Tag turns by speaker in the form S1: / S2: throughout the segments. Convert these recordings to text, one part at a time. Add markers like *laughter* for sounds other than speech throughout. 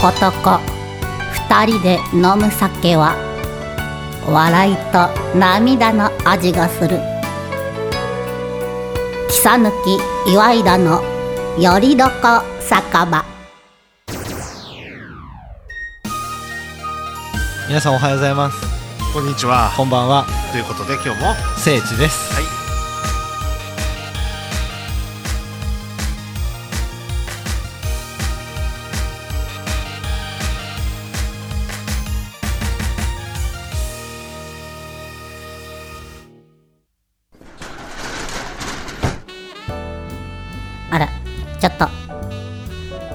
S1: 男二人で飲む酒は笑いと涙の味がする木さぬき岩井田のよりどこ酒場
S2: 皆さんおはようございます
S3: こんにちは。
S2: こんばんは
S3: ということで今日もは
S2: 聖地です
S3: い。
S1: あらちょっと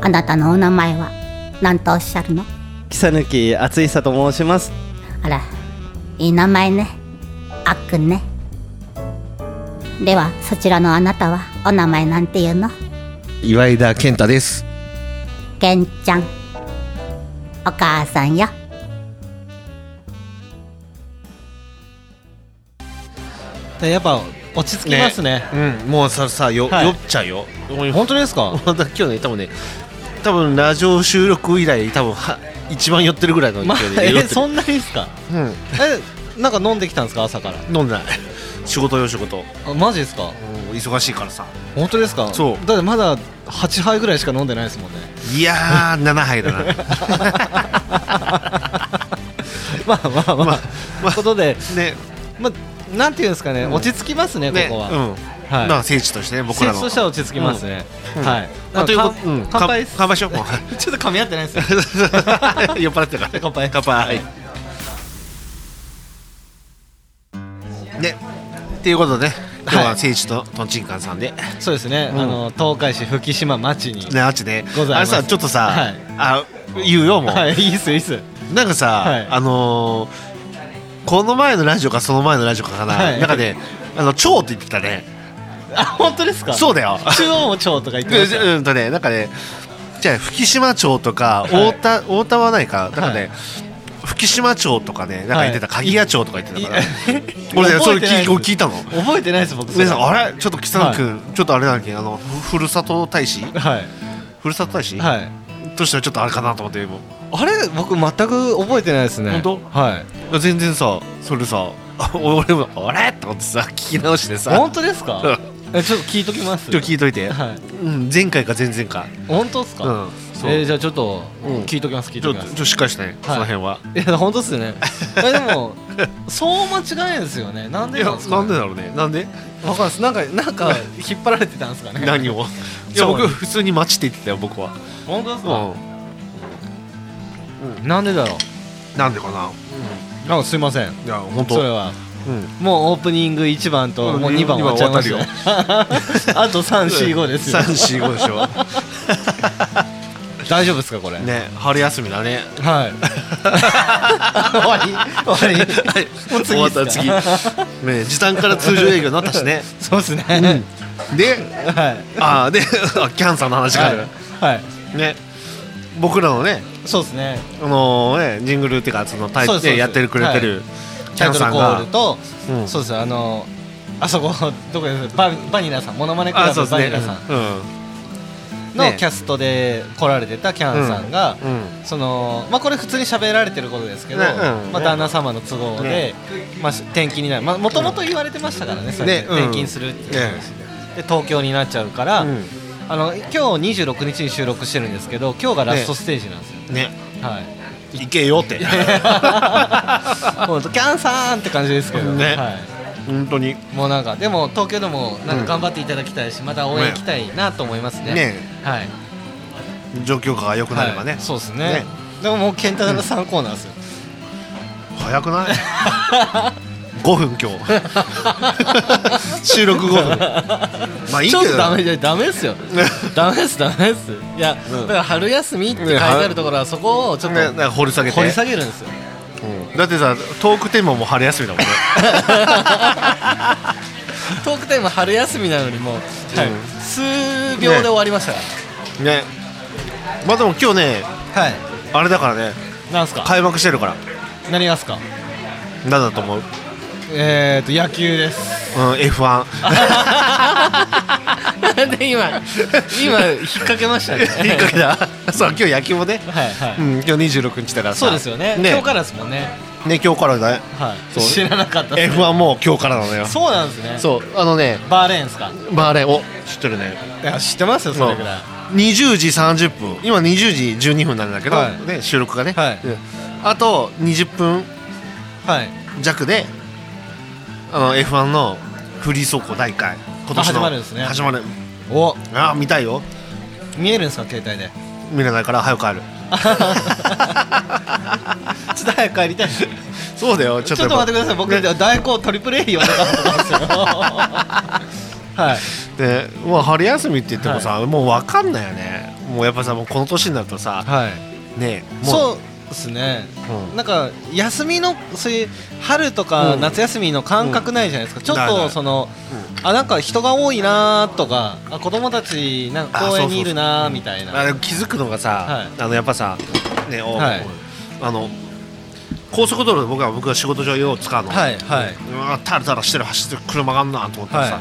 S1: あなたのお名前は何とおっしゃるの
S4: 木さぬきあついさと申します
S1: あらいい名前ねあっくんねではそちらのあなたはお名前なんていうの
S5: 岩井田健太です
S1: けんちゃんお母さんよ
S2: でやっぱ落ち着きますね
S3: うん、もうささよ、
S2: はい
S3: 酔っちゃうよ。もうほん
S2: 本当ですか
S3: 今日ね多分ね多分ラジオ収録以来多分は一番酔ってるぐらいの
S2: ま
S3: 勢
S2: あ、
S3: いで酔っ
S2: え
S3: てる。
S2: そんなにですか
S3: うん
S2: えなんか飲んできたんですか朝から
S3: 飲んでない。仕事よ仕事。
S2: あマジですか
S3: うん忙しいからさ。
S2: 本当ですか
S3: そう
S2: だってまだ8杯ぐらいしか飲んでないですもんね
S3: いやー七杯
S2: *laughs*
S3: だな。
S2: まあまあまあ、
S3: まあまあ
S2: ことで
S3: ね
S2: まあなんていうんですかね、落ち着きますね
S3: ね
S2: ここは、
S3: うん。
S2: はい
S3: まあ聖地としてね僕
S2: 僕
S3: ら
S2: ら
S3: の。
S2: としては落ち着きますね、
S3: うん
S2: はい、
S3: あということ
S2: 乾
S3: うん
S2: 乾杯です *laughs*
S3: 乾杯しようもう
S2: ちょっと噛み合ってないですよ
S3: *laughs* 酔っ払ってるから。
S2: 乾杯
S3: 乾杯。ね。っていうことで、ね、今日は聖地ととんちんかんさんで、
S2: そうですね、あの東海市吹島町に
S3: ね、あっちね
S2: ござい
S3: あ
S2: ま
S3: れ
S2: す
S3: さちょっとさ、
S2: はい
S3: あ言うよもう、
S2: はいいいっすよいいっすよ
S3: なんかさ、
S2: はい
S3: あのーこの前のラジオかその前のラジオかかな、
S2: はい
S3: なんかねあの蝶って言ってたね
S2: あ本当ですか
S3: そううだよ
S2: 中央も町とか言ってました
S3: *laughs* うんとねなんかねじゃあ福島町とか
S2: は
S3: 太
S2: い
S3: 田、太田はないかなんかね、福島町とかねなんか言ってた、
S2: はい
S3: 鍵屋町とか言ってたから
S2: *laughs* い
S3: 俺ねそれ
S2: 覚えてない
S3: 聞い俺聞いたの
S2: 覚えてないです僕それ
S3: 皆さんあれちょっと岸田君、ちょっとあれなんだっけあのふふるさと大使
S2: はい
S3: ふるさと大使、
S2: はい
S3: としてはちょっとあれかなと思ってもう
S2: あれ僕全く覚えてないですね
S3: 本当
S2: はい
S3: いや全然さそれさ *laughs* 俺も「あれ?」と思ってさ聞き直してさ
S2: 本当ですか
S3: うん
S2: えちょっと聞いときます
S3: ちょっと聞いといて、
S2: はい
S3: うん、前回か前々か
S2: 本当ですか、
S3: うんそう、
S2: えーじゃあちょっと
S3: うん
S2: 聞いときます聞い
S3: ちょ
S2: と
S3: っ
S2: き
S3: と
S2: ま
S3: ちょ
S2: す
S3: っとしっかりしてね、その辺はい
S2: や本当っす
S3: *laughs*
S2: ねえでもそう間違えないですよねなん
S3: い
S2: で
S3: や
S2: なんですか
S3: なんで
S2: ね
S3: だろうねなんで
S2: わかんないですなんかなんか引っ張られてたんですかね
S3: *laughs* 何
S2: *laughs*
S3: をいや
S2: そう
S3: 僕普通に街って言ってたよ僕は
S2: 本当ですか、
S3: う
S2: なんでだろ
S3: んなんでかな
S2: うなんかすいません
S3: いや本当
S2: それは
S3: うん
S2: もうオープニング1番と
S3: うん
S2: もう2番終わっちゃいましたね *laughs* あと345ですよ
S3: 三四五でしょ
S2: 大丈夫ですかこれ、
S3: ね春休みだね
S2: はい終わり終わり
S3: はい
S2: *laughs* もう次
S3: 終わったら次ね時短から通常営業になったしね
S2: そうですね、
S3: で
S2: はい
S3: あーであキャンさんの話がある、
S2: はい、はい、
S3: ね僕らのね
S2: そうですね
S3: あのねジングルっていうかそのタイ
S2: そうですそうです
S3: ねやってるくれてる、キ
S2: タ
S3: ャ
S2: イ
S3: ン
S2: トル
S3: さん
S2: コー
S3: が
S2: ルと、
S3: うん
S2: そうですあのあそこどこですババニラさんモノマネクラブバニラさん
S3: うん
S2: の
S3: ね
S2: キャストで来られてたキャンさんが、
S3: うん
S2: そのまあこれ普通に喋られてることですけど、
S3: ねうん
S2: まあ旦那様の都合で、
S3: ね
S2: まあ転勤になるまあもともと言われてましたからねそれで
S3: ねうん
S2: 転勤するっていう話で,、で東京になっちゃうから、
S3: うん
S2: あの今日26日に収録してるんですけど今日がラストステージなんですよ、
S3: ね
S2: はい *laughs*
S3: 行けよって
S2: もうキャンさんって感じですけど
S3: ね
S2: はい
S3: 本当に
S2: もうなんかでも東京でもなんか頑張っていただきたいし、また応援行きたいなと思いますね。
S3: ね
S2: はい。
S3: 状況下が良くなればね、
S2: はいそうですね
S3: ね
S2: でももう健太郎さんコーナーですよ。
S3: 早くない5分今日収録5分
S2: *laughs*
S3: まあい
S2: ち
S3: いけ
S2: ょっと
S3: ど
S2: ダメじゃダメですよ。ダメですダメです。いや、だから春休みって書いてあるところはそこをちょっ
S3: ねなん
S2: と
S3: か掘り下げて
S2: 掘り下げるんですよ。
S3: うんだってさトークテーマも春休みだもんね
S2: トークテーマ春休みなのにもう、はい
S3: うん
S2: 数秒で終わりましたか *laughs*
S3: ねまあでも今日ね
S2: ら。はい。
S3: あれだからね
S2: なんすか。
S3: 開幕してるから
S2: 何がっすか。
S3: なんだと思う、
S2: *laughs* えーと野球です。
S3: うん、F1
S2: あなんで今今引っ掛けましたね
S3: いいかけだそう今日野球もね、
S2: はいは
S3: う
S2: い
S3: ん、今日26日だからさ
S2: そうですよね
S3: ね
S2: 今日からですもんね
S3: ね今日からだね
S2: はい
S3: そう
S2: 知らなかったっす
S3: F1 も今日からなのよ
S2: そうなんですね
S3: そうあのね
S2: バーレーンですか
S3: バーレンお知ってるね
S2: いや知ってますよそれぐらい
S3: 20時30分今20時12分なんだけど、
S2: はい
S3: ね、収録がね、
S2: はい
S3: うんあと20分
S2: はい
S3: 弱であの F1 のフリー走行大会今年の
S2: あ始まるんですね
S3: 始まる
S2: お
S3: あー見たいよ
S2: 見えるんですか携帯 *laughs* で
S3: 見れないから早く帰る
S2: ちょっと早く帰りたいちょ
S3: そうだよちょ
S2: っ
S3: っ
S2: と
S3: と
S2: 待ってください僕
S3: ね
S2: 大根トリプル A 読んでたと思うん *laughs* ですよはい
S3: でもう春休みって言ってもさ、もう分かんないよねもうやっぱさもうこの年になるとさ
S2: はい
S3: ねえも
S2: そうですね、
S3: うん
S2: なんか休みのそういう春とか
S3: うん
S2: 夏休みの感覚ないじゃないですか、ちょっ
S3: ないな
S2: と
S3: い
S2: その、あなんか人が多いなーとかあ子供たちなんか公園にいるなーみたいな
S3: あれ気づくのがさ、
S2: は
S3: あのやっぱさねお、
S2: はい
S3: おあの高速道路で僕は僕は仕事上用を使うの、
S2: はいはい
S3: うんタラタラしてる走ってる車があんなと思ってさ、
S2: はい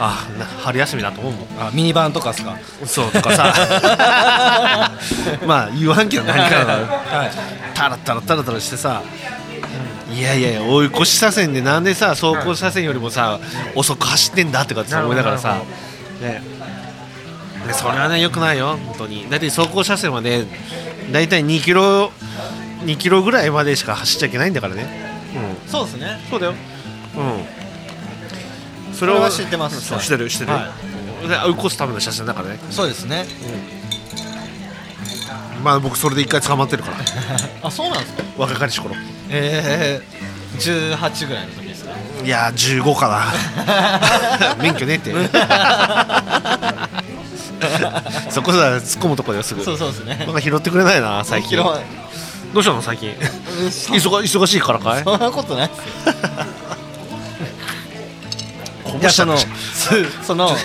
S3: あな春休みだと思うもん
S2: あミニバンとかですか
S3: そうとかさ *laughs* まあ言わんけど何かだろ
S2: はい
S3: タラタラタラタラしてさいやいやいや追い越し車線でなんでさ走行車線よりもさ遅く走ってんだってかって思いながらさねねそれはねよくないよ本当にだって走行車線はね大体2キロ2キロぐらいまでしか走っちゃいけないんだからね
S2: そうですね
S3: そうだようんそ
S2: それは知ってます
S3: そうしてるしてる、
S2: は
S3: で追い越すための写真だからね
S2: そうですね
S3: まあ僕それで一回捕まってるから
S2: あそうなんですか
S3: 若かりし頃
S2: ええー、18ぐらいの時
S3: *laughs*
S2: ですか
S3: いやー15かな *laughs* 免許ねえ
S2: *laughs*
S3: ってそこさ突っ込むとこだよすぐ
S2: そうそうですね
S3: なんか拾ってくれないな最近
S2: 拾わない
S3: どうしたの最
S2: *laughs*
S3: 近忙忙しいからかい
S2: そんなことないですよ
S3: こ
S2: いやその
S3: *laughs* の
S2: すその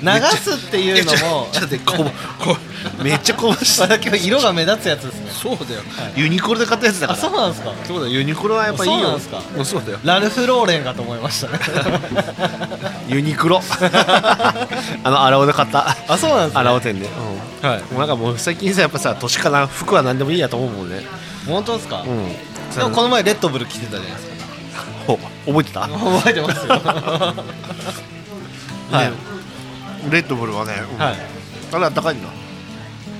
S2: 流すっていうのも
S3: ちょっと待ってこぼこぼめっちゃこぼし
S2: ま *laughs*
S3: た
S2: だ今日色が目立つやつですねそうだよ、
S3: ユニクロで買ったやつだか
S2: あ
S3: ら
S2: そうなんですか
S3: そうだよユニクロはやっぱいいよ
S2: そうなんすか
S3: うんそうだよ
S2: ラルフローレンかと思いましたね *laughs*
S3: ユニクロ *laughs* あの荒尾で買った
S2: あそうなんです
S3: 荒尾店で、
S2: かはい
S3: うん、なんかもう最近さやっぱさ年かな服は何でもいいやと思うもんね
S2: 本当ですか、
S3: うん
S2: でもこの前レッドブル着てたじゃないですか
S3: ほ覚えてた、ね
S2: 覚えてますよはい、
S3: レッドブルはね、うん
S2: はい
S3: あれあったかいんだ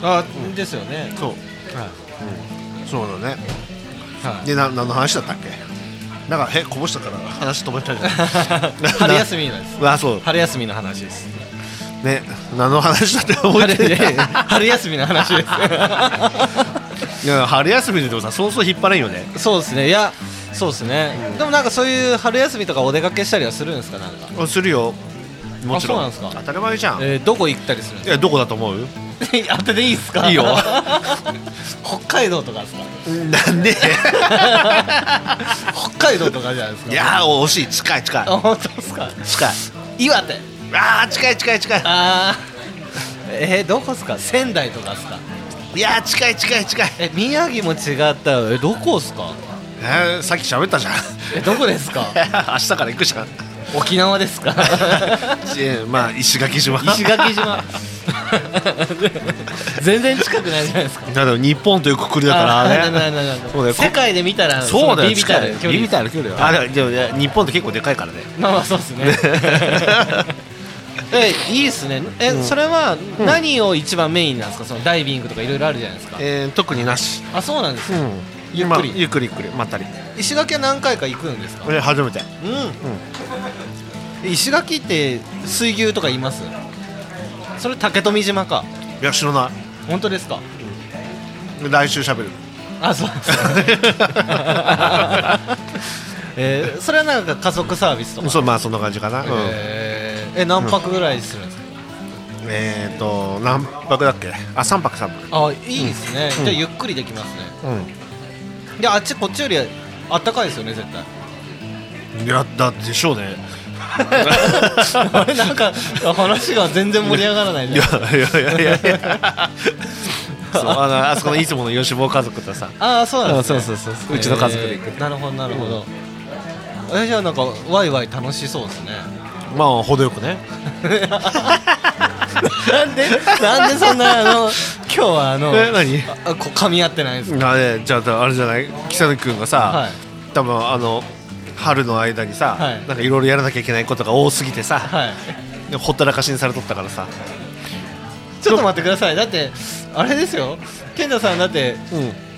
S2: あ、ですよね
S3: そう
S2: はい
S3: そうだね
S2: は
S3: でな何の話だったっけなんかへこぼしたから話止めたじゃん
S2: 春休みのです
S3: なあ *laughs* そう
S2: *laughs* 春休みの話です
S3: ね何の話だって覚え
S2: 春
S3: て
S2: *laughs*
S3: ない
S2: 春休みの話です
S3: いや春休みででもさそうそう引っ張れんよね
S2: *laughs* そうですねいやそうですね、でもなんかそういう春休みとかお出かけしたりはするんですかなんか、
S3: あするよもちろん
S2: あそうなんすか
S3: 当たり前じゃん、
S2: えー、どこ行ったりするん
S3: い
S2: で
S3: やどこだと思う
S2: す *laughs* か当てていいですか
S3: いいよ
S2: 北海道とかです *laughs* か
S3: なんで
S2: 北海道とかじゃないですか
S3: いやー惜しい近い近い
S2: あ本当ですか
S3: 近い
S2: 岩手
S3: あー近い近い近い
S2: あーえー、どこですか仙台とかですか
S3: いやー近い近い近い
S2: え宮城も違ったらえどこですか
S3: えー、さっき喋ったじゃん
S2: えどこですか
S3: *laughs* 明日から行くじゃん
S2: *laughs* 沖縄です *laughs* か
S3: えーまあ石垣島
S2: 石垣島 *laughs* 全然近くないじゃないですか
S3: だから日本というくくりだからねそうだよ
S2: 世界で見たら
S3: そうだよ
S2: ビビたる
S3: 近いビビた
S2: る距離
S3: あでもでもね日本って結構でかいからね
S2: まあまあそうですね *laughs* えいいっすねえ、それは何を一番メインなんですかそのダイビングとかいろいろあるじゃないですか
S3: えー、特になし
S2: あそうなんです
S3: う
S2: ね
S3: ん
S2: ゆっくり
S3: まあゆっくりゆっくりまったり
S2: 石垣は何回か行くんですか
S3: 俺初めて
S2: うん石垣って水牛とかいますそれ竹富島か
S3: いや知らな
S2: 本当ですか
S3: い来週喋る
S2: あ *laughs* そうえーそれはなんか家族サービスとか
S3: そうまあそんな感じかな、うん
S2: えーえ何泊ぐらいするんですか
S3: えーと何泊だっけあ三泊三泊
S2: あいいですね、じゃあゆっくりできますね
S3: う
S2: であっちこっちよりあったかいですよね絶対 *laughs*
S3: んいやだでしょうね
S2: あれなんか話が全然盛り上がらない
S3: *laughs* い
S2: じゃ
S3: や
S2: ん
S3: いやいやいや *laughs* そうあのあそこのいつもの吉坊家族と *laughs* さ
S2: ああそうなんです、ね、
S3: あそうそうそううちの家族で行く
S2: えーなるほどなるほど、えじゃあなんかワイワイ楽しそうですね
S3: まあ程よくね
S2: なんでなんでそんなあ
S3: *laughs*
S2: の今日はあの
S3: え何
S2: あこう噛み合ってないんです
S3: あれじゃああれじゃない北野君がさ、
S2: はい
S3: 多分あの春の間にさ、
S2: はい
S3: い、なんかいろいろやらなきゃいけないことが多すぎてさ、
S2: はい
S3: ほったらかしにされとったからさ、
S2: ちょっと待ってくださいだってあれですよ健太さんだって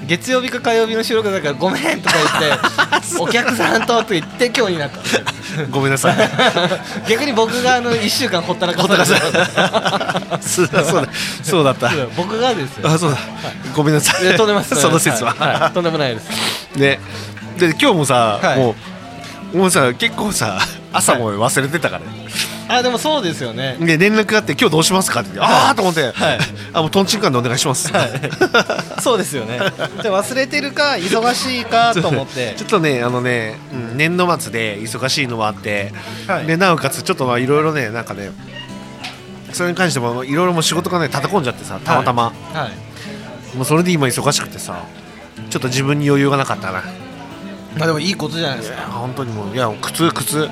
S2: 月曜日か火曜日の収録だからごめんとか言
S3: *laughs*
S2: ってお客さんとって言って今日になった
S3: ごめん
S2: *laughs*
S3: なさい
S2: 逆に僕があの1週間ほったらか
S3: ほったらかし
S2: されて
S3: そうだそうだそうだった
S2: *laughs* 僕がですよ
S3: あそうだ、ごめんなさ
S2: い
S3: い
S2: やとんでもない *laughs* です
S3: その説は、
S2: いいとんでもないです
S3: ねで今日もさ、
S2: はい
S3: もうもうさ結構さ朝も忘れてたから、ね
S2: あでもそうですよね
S3: で連絡があって今日どうしますかって言ってああと思って、
S2: はい
S3: あもうトンチンカンでお願いします、
S2: *laughs* そうですよねじゃあ忘れてるか忙しいかと思っ *laughs* て
S3: *laughs* ちょっとねあのね、うん年度末で忙しいのもあって、
S2: はい
S3: でなおかつちょっとまあいろいろねなんかねそれに関してもいろいろもう仕事がね立て込んじゃってさたまたま、
S2: はい
S3: もうそれで今忙しくてさちょっと自分に余裕がなかったな
S2: まあでもいいことじゃないですか
S3: 本当にもういや苦痛苦痛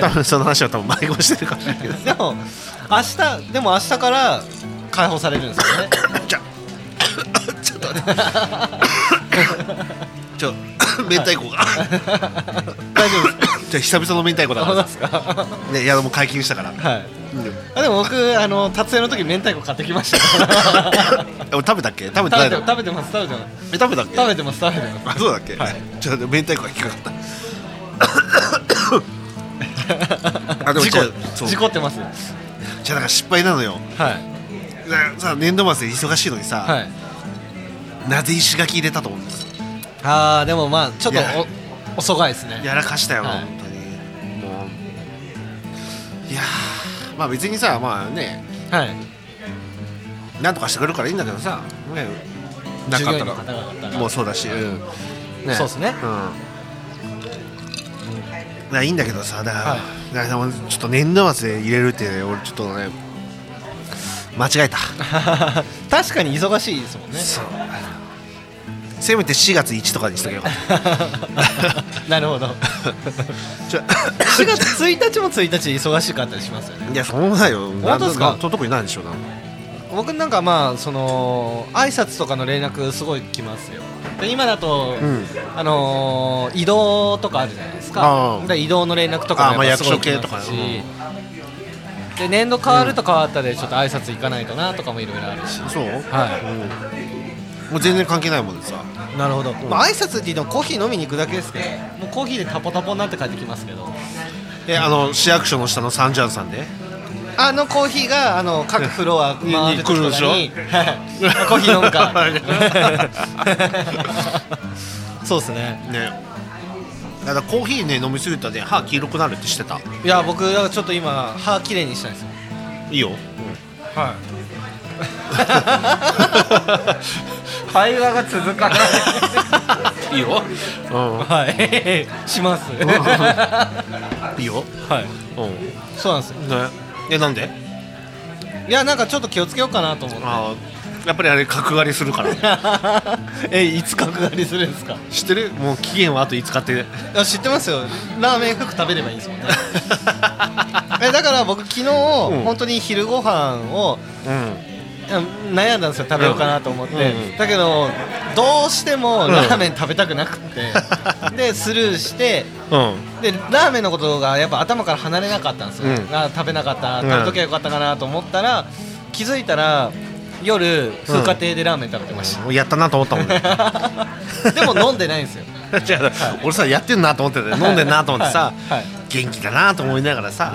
S3: 多
S2: *laughs*
S3: 分その話は多分迷子してるかもしれないけど
S2: でも明日でも明日から解放されるんです *laughs* よね
S3: ちょちょっと待ってちょ *laughs* 明太子が
S2: 大丈夫です
S3: *laughs* じゃ久々の明太子だ
S2: 本当 *laughs*
S3: から
S2: ですかは
S3: ねいやもう解禁した
S2: *laughs*
S3: から
S2: いあでも僕あの撮影の時明太子買ってきました *laughs* から
S3: え俺食べたっけ食べてな
S2: 食べ
S3: い
S2: て
S3: の
S2: 食べてます食べてます
S3: え食べたっけ
S2: 食べてます食べてます
S3: あそうだっけ、
S2: はい
S3: ちょっと明太子が引っかかったあでも
S2: 事
S3: じゃあ
S2: 故
S3: そ
S2: 事
S3: うじゃ
S2: 故ってます
S3: あだから失敗なのよ
S2: はい
S3: なさ年度末で忙しいのにさ、
S2: はい
S3: なぜ石垣入れたと思うんです
S2: あーでもまあちょっと
S3: いや
S2: お遅がいですね
S3: やらかしたよ、
S2: はい
S3: 本当にもういやーまあ別にさまあね
S2: はい
S3: なんとかしてくれるからいいんだけどさ、ね、な
S2: 従業
S3: かっ
S2: 員
S3: た
S2: の方
S3: ら
S2: 々が
S3: もうそうだし、うんね
S2: そうっすね
S3: うんいやいいんだけどさだから,、
S2: はい
S3: だからもうちょっと年度末で入れるってね俺ちょっとね間違えた、
S2: *laughs* 確かに忙しいですもんね
S3: そうせめて4月1とかにしとけよ
S2: *laughs* なるほど
S3: ちょ *coughs*
S2: 4月1日も1日忙しかったりしますよね
S3: いやそんなよ
S2: 本当ですか
S3: なんと特にないでしょなんか
S2: 僕なんかまあその挨拶とかの連絡すごい来ますよで今だと、
S3: ん
S2: あのー移動とかあるじゃないですか
S3: ああ
S2: で移動の連絡とかもやっぱすごい来
S3: あまあ役所系とか
S2: ますし、
S3: ね
S2: で年度変わると変わったでちょっと挨拶行かないとなとかもいろいろあるし、
S3: そう、
S2: は
S3: もう全然関係ないもんでさ
S2: いなるほど、まあ挨拶って言ってもコーヒー飲みに行くだけですけどもうコーヒーでタポタポになって帰ってきますけど
S3: えあの市役所の下のサンジャンさんで
S2: あのコーヒーがあの各フロア回る時とかに
S3: に来るでしょ
S2: はいコーヒー飲むか *laughs* そうですね
S3: ねだからコーヒーね飲みすぎたらね歯黄色くなるってしてた
S2: いや僕だからちょっと今歯きれいにしたいんですよ
S3: いいよ
S2: はい会話が続かない
S3: いいよ
S2: はいします
S3: いいよ
S2: はい
S3: うんね
S2: そうなんですよ
S3: えなんで
S2: いやなんかちょっと気をつけようかなと思って
S3: あーやっぱりあれ角刈りするから
S2: *laughs* えいつ角刈りするんですか
S3: *laughs* 知ってるもう期限はあと5日って
S2: いや知ってますよラーメン服食べればいいんですもんねえだから僕昨日、本当に昼ご飯を
S3: うん
S2: うん悩んだんですよ食べようかなと思って、
S3: うんうん
S2: だけどどうしても
S3: ん
S2: ラーメン食べたくなくって、 *laughs* でスルーして
S3: うん
S2: でラーメンのことがやっぱ頭から離れなかったんですよ、
S3: うん
S2: あ食べなかった
S3: う
S2: 食
S3: ん
S2: べときゃよかったかなと思ったら気づいたら夜風化亭でラーメン食べてました、
S3: もうやったなと思ったもんね
S2: *laughs* でも飲んでないんですよ
S3: *laughs* 違う *laughs* 俺さやってんなと思ってて飲んでんなと思ってさ、
S2: はいはい
S3: 元気だなと思いながらさ、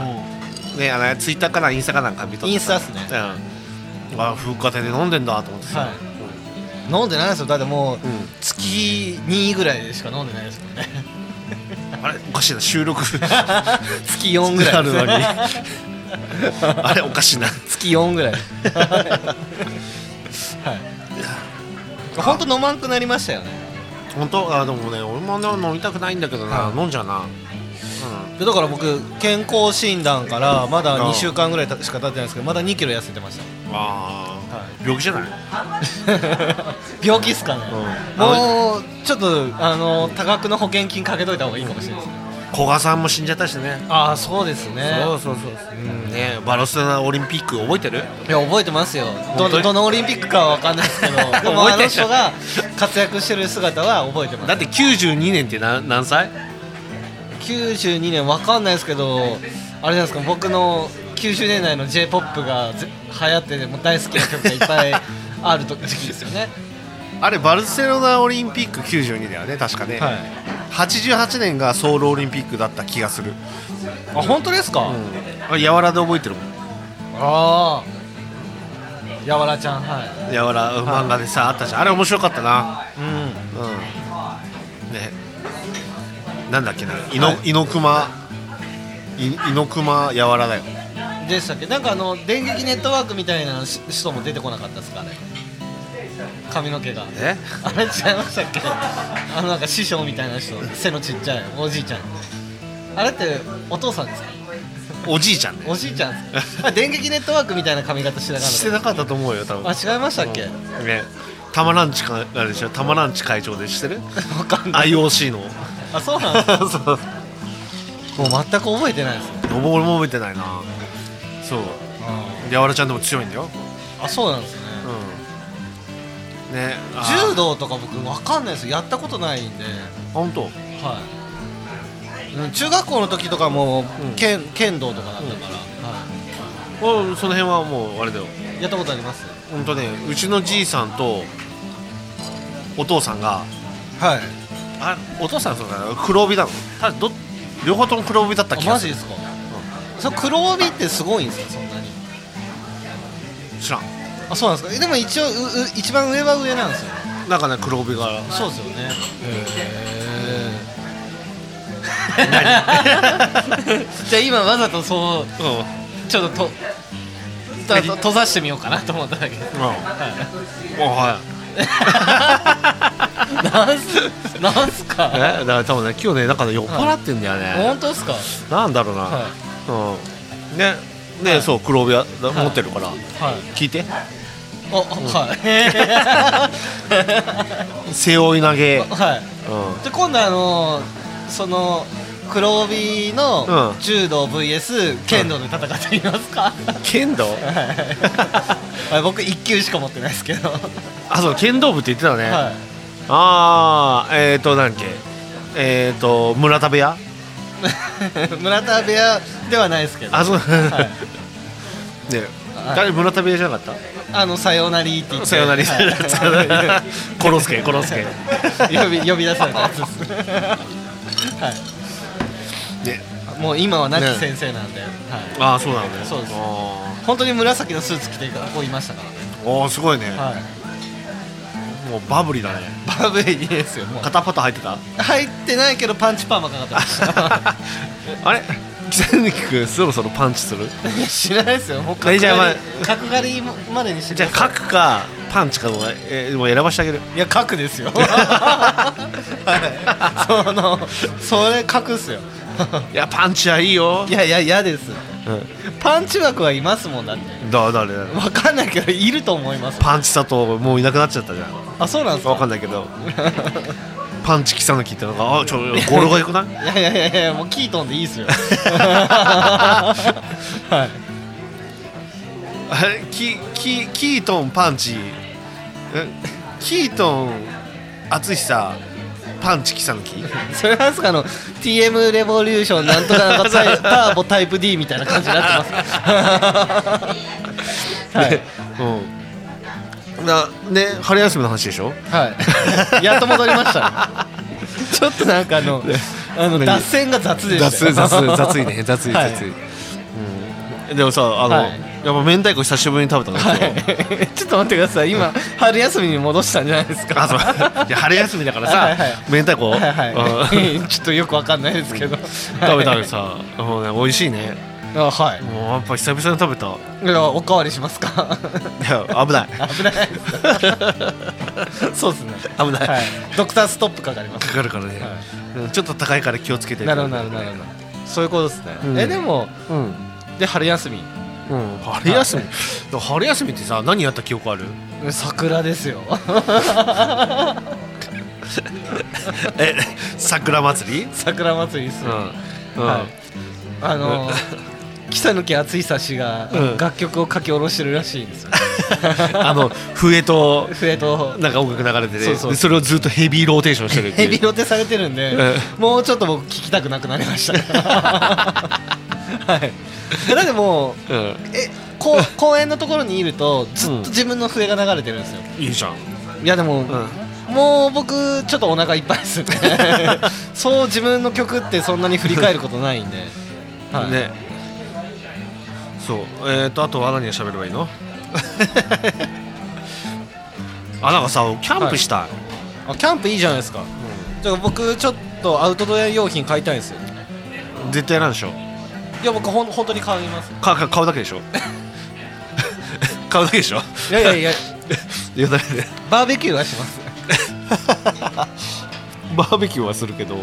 S3: ねあのツイッターかなインスタかなんか見とって
S2: イ
S3: さ
S2: ンスタっすね
S3: うんあ風化亭で飲んでんだと思ってさ、
S2: はい飲んでないんですよだってもう、
S3: ん
S2: 月2ぐらいでしか飲んでないですも
S3: *laughs*
S2: んね
S3: あれおかしいな収録 *laughs*
S2: 月4ぐらいです
S3: あるのにあれおかしいな
S2: 月4ぐらい
S3: *laughs*
S2: はい本当飲まんくなりましたよね
S3: 本当あでもね俺もね飲みたくないんだけどな、飲んじゃうな
S2: でだから僕健康診断からまだ
S3: あ
S2: 2
S3: あ
S2: 週間ぐらいたしか経ってないんですけどまだ2キロ痩せてました *laughs*
S3: あー、
S2: は
S3: 病気じゃない
S2: 病気っすかね、
S3: うん
S2: もうちょっとあの多額の保険金かけといた方がいいかもしれないですね
S3: 古賀さんも死んじゃったしね
S2: ああそうですね
S3: そうそうそううんねバルセロナオリンピック覚えてる
S2: いや覚えてますよどの
S3: 本当に
S2: どのオリンピックかは分かんないですけ
S3: *laughs*
S2: どでも
S3: 覚
S2: あ
S3: えて
S2: の
S3: る
S2: 人が活躍してる姿は覚えてます
S3: だって92年ってな何歳
S2: 92年わかんないですけどあれなんですか僕の90年代の j p o p がぜ流行っててもう大好きな曲がいっぱいある時期ですよね
S3: あれバルセロナオリンピック92だよね確かね、
S2: はい
S3: 88年がソウルオリンピックだった気がする、
S2: あ本当ですか、
S3: あれ柔らで覚えてるもん
S2: ああやわらちゃんはい
S3: 柔ら漫画でさあったじゃんあれ面白かったな
S2: うん
S3: うんねなんだっけな猪猪熊い猪熊柔らだよ
S2: でしたっけなんかあの電撃ネットワークみたいなし人も出てこなかったですかね髪の毛が
S3: え
S2: あれ違いましたっけあのなんか師匠みたいな人背のちっちゃいおじいちゃんあれってお父さんですか
S3: おじいちゃん *laughs* ね
S2: おじいちゃんです *laughs* かあ電撃ネットワークみたいな髪型してなかっ
S3: してなかったと思うよ多分
S2: たあ違いましたっけ、わ
S3: ねたまランチかあれでしょたまランチ会長でして *laughs* る
S2: かんない
S3: IOC の
S2: あそうなんですか
S3: *laughs* そう
S2: もう全く覚えてないです
S3: 俺も覚えてないなそうやわらちゃんでも強いんだよ
S2: あそうなんですね
S3: うんね
S2: 柔道
S3: 道
S2: とか僕わかんないですよやったことないんで
S3: 本当
S2: はい、うん中学校の時とかも、剣剣道とかだったから、は
S3: 俺その辺はもうあれだよ
S2: い、やったことあります
S3: 本当ねうちのじいさんとお父さんが
S2: はい
S3: あお父さんそうだな黒帯だのただど両方とも黒帯だった気が
S2: マ
S3: す
S2: ジ
S3: る
S2: ですか、その黒帯ってすごいんですかそんなに
S3: 知らん
S2: あそうなんですかえでも一応うう一番上は上なんですよね
S3: なんかね黒帯が
S2: そうですよねへえ *laughs* じゃあ今わざとそう
S3: うんうん
S2: ちょっとととと閉ざしてみようかなと思っただけ
S3: おはい
S2: なんすなんす
S3: え
S2: か
S3: だから多分ね今日ねなんかね酔っ払ってんだよね、
S2: 本当ですか
S3: なんだろうな、
S2: は
S3: うんねね、
S2: はい
S3: そう黒帯はだ
S2: はい
S3: 持ってるから、
S2: はい
S3: 聞いて
S2: あ、はい。
S3: 背負い投げ、
S2: *laughs* はい。
S3: うん、
S2: で、今度、あのー、その。黒帯の
S3: うん
S2: 柔道 VS 剣道で戦ってみますか、
S3: 剣道
S2: はい、僕一級しか持ってないですけど、は
S3: あそう剣道部って言ってた
S2: い、
S3: ね、
S2: *laughs*
S3: ああえっ、ー、と何だっけえっ、ー、と村田部屋
S2: 村田部屋ではないですけど
S3: あそう、
S2: は
S3: ね
S2: はい
S3: 誰村田部屋じゃなかっ
S2: あの「さよなり」って言って
S3: たさよなり
S2: はい
S3: *laughs* コロスケコロスケ
S2: 呼び呼び出されたやつです、は
S3: ね
S2: い、もう今は亡
S3: ね
S2: き先生なんで、はい、
S3: ああそうなんだね
S2: そうです
S3: あ
S2: 本当に紫のスーツ着てここいましたか
S3: ーおーすごいね、
S2: ら、はい、
S3: もうバブリだね
S2: バブリーですよもう
S3: 肩パタ入ってた
S2: 入ってないけどパンチパーマかかってま
S3: *laughs*
S2: した
S3: あれ北抜君そろそろパンチする
S2: 知らないですよもう角
S3: え
S2: 刈
S3: じゃあまあ
S2: り角刈りまでにして
S3: じゃあ
S2: 角
S3: 角かパンチかも,、えーもう選ばしてあげる
S2: いや角です
S3: *laughs*
S2: よはいそのそれ角っすよ *laughs*
S3: いやパンチはいいよ
S2: い、やいや嫌です
S3: う
S2: パンチ枠はいますもんだって
S3: ん、だ誰だ
S2: わかんないけどいると思います
S3: パンチ佐藤もういなくなっちゃったじゃん
S2: あそうなんです
S3: わか
S2: か
S3: んないけど
S2: *laughs*
S3: パンチ北抜きってのがあちょ語呂がよくない
S2: いやいやいやいやもうキートンでいいっす
S3: *laughs*
S2: よはい
S3: あれキキキートンパンチえキートン淳さパンチ北抜き
S2: それなんすかあの TM レボリューションなんとかなんかタ
S3: *laughs*
S2: イターボタイプ D みたいな感じになってますはい、
S3: うんなね春休みの話でしょ
S2: はい、やっと戻りました
S3: *laughs*
S2: ね、ちょっとなんかあのあの
S3: 何
S2: 脱線が雑でした
S3: 雑
S2: よ
S3: 雑雑いね雑い
S2: はい
S3: 雑い、うん、でもさあの、
S2: はい
S3: やっぱ明太子久しぶりに食べたの、
S2: は
S3: 今日
S2: い、ちょっと待ってください今春休みに戻したんじゃないですか
S3: あそういや春休みだからさ、
S2: はいはい
S3: 明太子、
S2: はいは
S3: うん
S2: い *laughs* ちょっとよくわかんないですけど
S3: 食べた
S2: は
S3: ら
S2: い
S3: さ、もうね、美味しいね
S2: あはい
S3: もうやっぱ久々に食べた
S2: いやおかわりします *laughs* か
S3: いや危ない
S2: 危ないそうですね
S3: 危ない、
S2: はい *laughs* ドクターストップかかります
S3: かかるからね、
S2: は
S3: うんちょっと高いから気をつけて
S2: なるほどなるほどなるほどそういうことですね、
S3: うん
S2: えでも
S3: うん、
S2: で春休み
S3: うん、春休みでも春休みってさ何やった記憶ある
S2: 桜ですよ
S3: え桜祭り
S2: *laughs* 桜祭りです
S3: うん、
S2: よ、
S3: うん
S2: はいあの北抜き厚久氏が
S3: うん
S2: 楽曲を書き下ろしてるらしいんです *laughs* よ、
S3: あの笛と
S2: 笛と
S3: なんか音楽流れてて
S2: そうそう
S3: でそれをずっとヘビーローテーションしてるっ
S2: ヘ
S3: てい
S2: ビ
S3: う
S2: ロテされてるんで、もうちょっと僕聞きたくなくなりました *laughs* はいだってもう
S3: うん
S2: えこ *laughs* う公園のところにいるとずっと自分の笛が流れてるんですよ、
S3: いいじゃん、
S2: いやでも、
S3: うん、
S2: もう僕ちょっとお腹いっぱいですね *laughs* そう自分の曲ってそんなに振り返ることない *laughs* んで、はい、
S3: ねそうえー、とあとは何が喋ればい
S2: *laughs*
S3: いのあなんかさキャンプしたい、
S2: あキャンプいいじゃないですか、じゃあ僕ちょっとアウトドア用品買いたいんですよ
S3: 絶対なんでしょ
S2: いや僕ほん本当に買います
S3: かか買うだけ
S2: *laughs*
S3: でしょ買うだけでしょ
S2: いやいやいや
S3: いやだけで
S2: *laughs* バーベキューはします
S3: バーベキューはするけど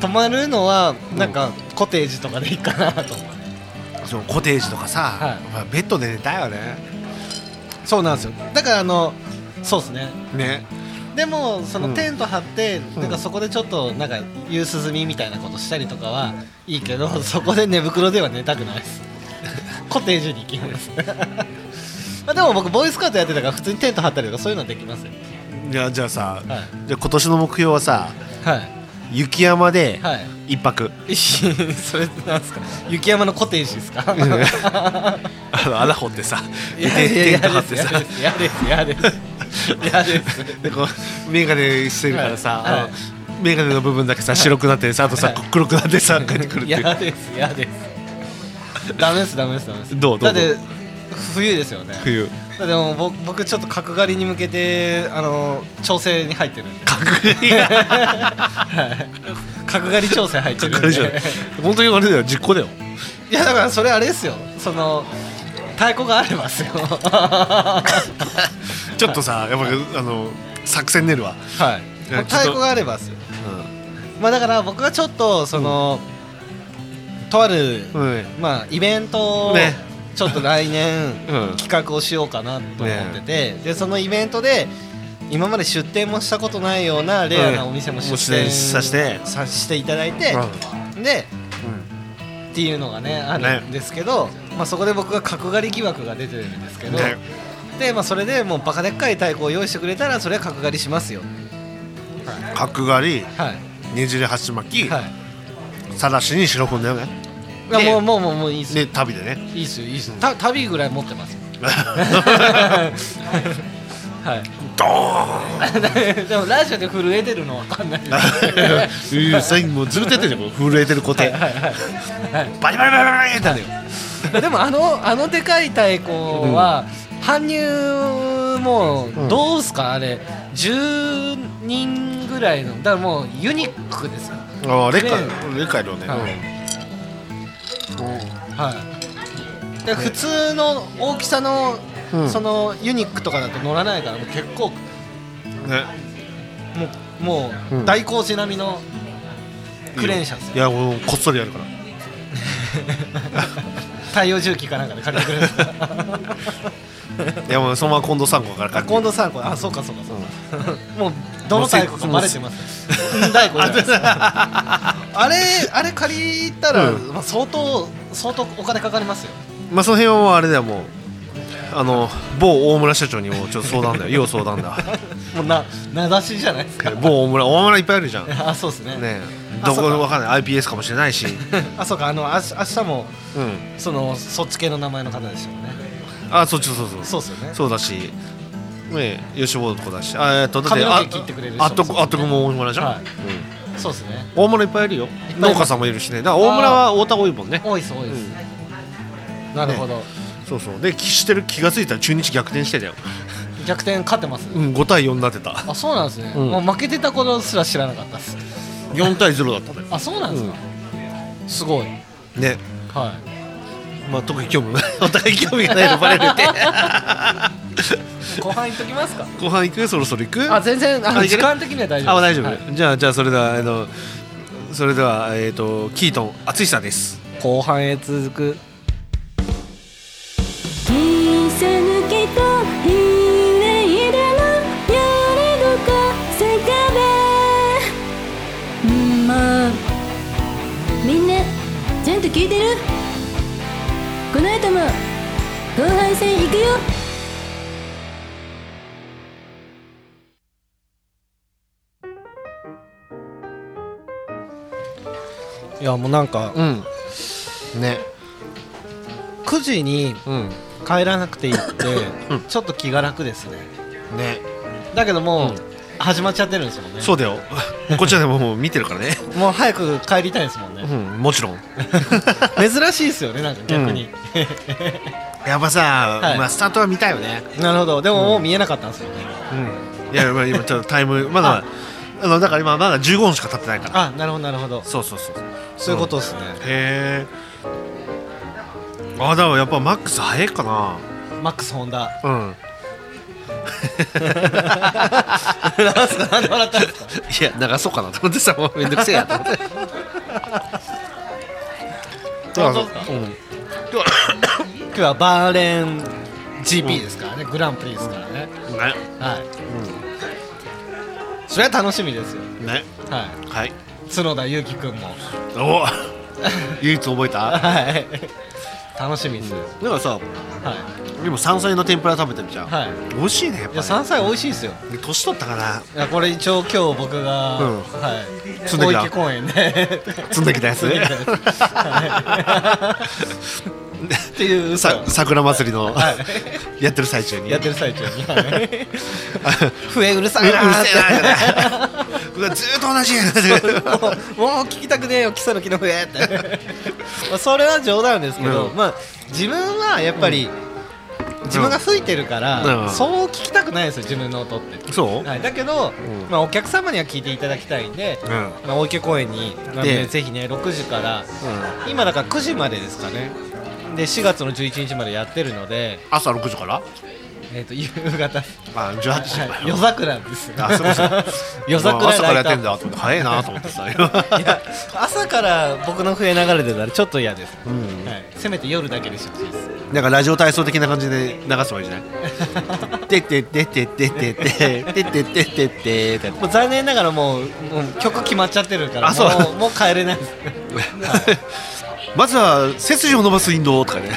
S2: 泊まるのはなんかコテージとかでいいかなと
S3: そのコテージとかさ、
S2: はい
S3: まあ、ベッドで寝たいよね
S2: そうなんですよだからあのそうですね
S3: ね
S2: でもそのテント張って、
S3: ん
S2: なんかそこでちょっとなんか夕涼みみたいなことしたりとかはいいけどそこで寝袋では寝たくないです *laughs* コテージに行きます *laughs* まあでも僕ボーイスカートやってたから普通にテント張ったりとかそういうのはできますよ
S3: いやじゃあさ、
S2: はい
S3: じゃあ今年の目標はさ
S2: はい
S3: 雪山で
S2: は
S3: 一泊、
S2: い *laughs* それなんですか雪山のコテージですか
S3: あの穴掘ってさ
S2: いやいやい
S3: テ
S2: や
S3: ント張ってさ
S2: 嫌です嫌です嫌です嫌です
S3: でこう眼鏡してるからさ、
S2: はい
S3: あの眼鏡の部分だけさ白くなってさあとさ
S2: はい
S3: 黒くなってさ帰ってくるっていう
S2: 嫌です嫌ですダメです *laughs* ダメですダメです
S3: どうど
S2: だ
S3: うどう
S2: って冬ですよね
S3: 冬
S2: だってもう僕僕ちょっと角刈りに向けてあの調整に入ってるんで
S3: 角刈りが
S2: はい角刈り調整入って
S3: 角
S2: る
S3: 刈
S2: ん
S3: りじゃない
S2: で
S3: 本当にあれだよ実行だよ
S2: *laughs* いやだからそれあれですよその太鼓があればですよ
S3: *laughs*
S2: は
S3: ちょっとさやっぱあの作戦練るわ、
S2: い
S3: いや
S2: 太鼓があればですよ
S3: う
S2: まあだから僕はちょっとその、とある、
S3: んうん
S2: まあイベントを
S3: ね
S2: ちょっと来年、
S3: *laughs* うん
S2: 企画をしようかなと思ってて、でそのイベントで今まで出店もしたことないようなレアなお店も出
S3: うんもう出
S2: 店
S3: 店させて
S2: させていただいて、でっていうのがねあるんですけど、まあ、そこで僕が角刈り疑惑が出てるんですけど、
S3: ね
S2: で、まあ、それでもうバカでっかい太鼓を用意してくれたらそれは角刈りしますよ
S3: 角刈り
S2: はい
S3: ねじれ鉢巻き、
S2: はい
S3: さらしに白くんだよね
S2: いや
S3: で
S2: もうもうもうもういいっすよ
S3: で旅で
S2: *laughs*
S3: ね
S2: いいっすよいいっすよた旅ぐらい持って
S3: *laughs*
S2: ますよはい *laughs*
S3: ドー
S2: でもラジオで震えてるのわかんない
S3: *laughs*
S2: です
S3: ンうん最近もうずっとやってるじゃんこう震えてる固定バリバリバリバリってなる
S2: *laughs*
S3: よ
S2: でもあのあのでかい太鼓は、搬入もうどうすか、あれ10人ぐらいのだからもうユニークですよ
S3: ああレッカ
S2: ね
S3: ーレッカーいるよね、
S2: はいはいで普通の大きさの、
S3: うん
S2: そのユニックとかだと乗らないからもう結構
S3: うんね
S2: もうもう、
S3: うん
S2: 大工事並み *laughs* のクレーン車ですよ
S3: いやもうこっそりやるから
S2: 太陽重機かなんかで借りて *laughs* くれる
S3: いやもうそのまま近藤さんから
S2: あ
S3: 借り
S2: 近
S3: て
S2: 藤さんこれあそうかそうかそうか、 *laughs* もうどの太鼓かバレてますうん太鼓じゃないですあれあれ借りたら、
S3: うん
S2: まあ、相当相当お金かかりますよ *laughs*
S3: まあその辺はもうあれだよもうあの某大村社長にもちょっと相
S2: *laughs*
S3: 談だよ要相談だ
S2: もうな名指しじゃないですか *laughs*
S3: 某大村大村いっぱいあるじゃんね
S2: あそうですね
S3: え
S2: あ
S3: どこ
S2: そうか
S3: わかんない iPS かもしれないし
S2: *laughs* あそうかあのあし明日も
S3: うん
S2: そのそっち系の名前の方でしたもんね
S3: あそっちそうそう
S2: そ
S3: そう
S2: っすよね
S3: そうだしねえ吉本とこだしあえっとだ
S2: 髪の
S3: あ
S2: 毛切ってくれる人
S3: あっと
S2: もそう
S3: こあっとこも大村じゃん、
S2: はい
S3: うん
S2: そうですね
S3: 大村いっぱいいるよ
S2: います
S3: 農家さんもいるしねだから大村は太田多いもんね
S2: 多いです多いです、なるほど、
S3: そうそうできしてる気が付いたら中日逆転してたよ
S2: 逆転勝ってます、
S3: うん5対4になってた
S2: あそうなんですね、
S3: うん
S2: もう負けてたことすら知らなかったです
S3: 4対0だったのよ
S2: あそうなんですか、すごい
S3: ね
S2: は
S3: まあ特に興味もない *laughs* お互い興味がないのバレるって
S2: い
S3: *laughs*
S2: *laughs* 後半いっときますか
S3: 後半行くそろそろ行く
S2: あ全然あの
S3: あいけ
S2: 時
S3: る
S2: 間的には大丈夫
S3: あ大丈夫、
S2: はい
S3: じゃあじゃあそれではあのそれではえっ、とキートン淳さんです
S2: 後半へ続く
S6: 「切りさぬけとひねいでのやれどこせかべ」の後も後半戦行くよ
S2: いやもうなんか
S3: うんね
S2: 9時に
S3: うん
S2: 帰らなくていいってちょっと気が楽ですね
S3: ね
S2: だけどもう、始まっちゃってるんですもんね
S3: そうだよ *laughs* こっちはねもうもう見てるからね
S2: もう早く帰りたいですも
S3: *laughs*
S2: んね
S3: うんもちろん
S2: 珍しいですよねなんか逆に、
S3: やっぱさ、
S2: はい
S3: まあスタートは見たいよね
S2: なるほどでももう見えなかったんですよね、
S3: いやまあ今ちょっとタイ *laughs* ムまだあのだから今まだ15分しか経ってないから
S2: あなるほどなるほど
S3: そうそうそう
S2: そういうことですね、
S3: へえあだからやっぱマックス早いかな
S2: マックスホンダ
S3: うん
S2: なんすかなんで笑ったんですか
S3: いや流そうかなと思ってさも *laughs* うめんどくせえやと思って
S2: 本当ですか
S3: うん
S2: 今日はバーレン GP ですからね、グランプリですからね
S3: ね
S2: はい、それは楽しみですよ
S3: ね
S2: は
S3: はい
S2: い角田裕樹君も
S3: お *laughs* 唯一覚え *laughs* た
S2: はい楽しみですよ、
S3: でもさ
S2: はい
S3: でも山菜の天ぷら食べてるじゃん、
S2: はい
S3: 美味しいねやっ
S2: いや
S3: ぱ、
S2: 山菜美味しいですよ
S3: ね、年取ったかない
S2: やこれ一応今日僕が、
S3: うん
S2: はい
S3: 積んできた
S2: 大池公園で
S3: 積んできたやつ
S2: 積んできたやつはいっていう嘘
S3: さ桜祭りの、
S2: は
S3: やってる最中に
S2: やってる最中にはい笛うるさ
S3: う
S2: い
S3: る
S2: なー
S3: せえなうわずーっと同じや
S2: もう *laughs* もう聞きたくねえよ、キサの木の笛って、 *laughs* まあそれは冗談ですけど、
S3: うん
S2: まあ、自分はやっぱり、自分が吹いてるから、
S3: うん
S2: そう聞きたくないですよ、自分の音って。
S3: そう、
S2: はい、だけど、まあ、お客様には聞いていただきたいんで、
S3: うん
S2: まあ、大池公園に、なん
S3: で
S2: でぜひね、6時から、今だから9時までですかね、で4月の11日までやってるので、
S3: 朝6時から
S2: えー、と *laughs* 夕
S3: *laughs*
S2: 方、
S3: まあ18時から
S2: はい夜桜ですよ
S3: あそうそう
S2: *laughs* 夜桜ライト
S3: 朝か
S2: ア
S3: ら
S2: ッ
S3: やっ
S2: プ
S3: てんだと思って早いなと思ってさ
S2: いや朝から僕の笛流れてたらちょっと嫌です、はい、せめて夜だけでしてほしいです
S3: なんかラジオ体操的な感じで流せばいいじゃない「てってってってってっててててててて」って
S2: もう残念ながらもうもう曲決まっちゃってるから
S3: あそう
S2: もうもう帰れない
S3: *laughs*
S2: です
S3: まずは背筋を伸ばす運動とかね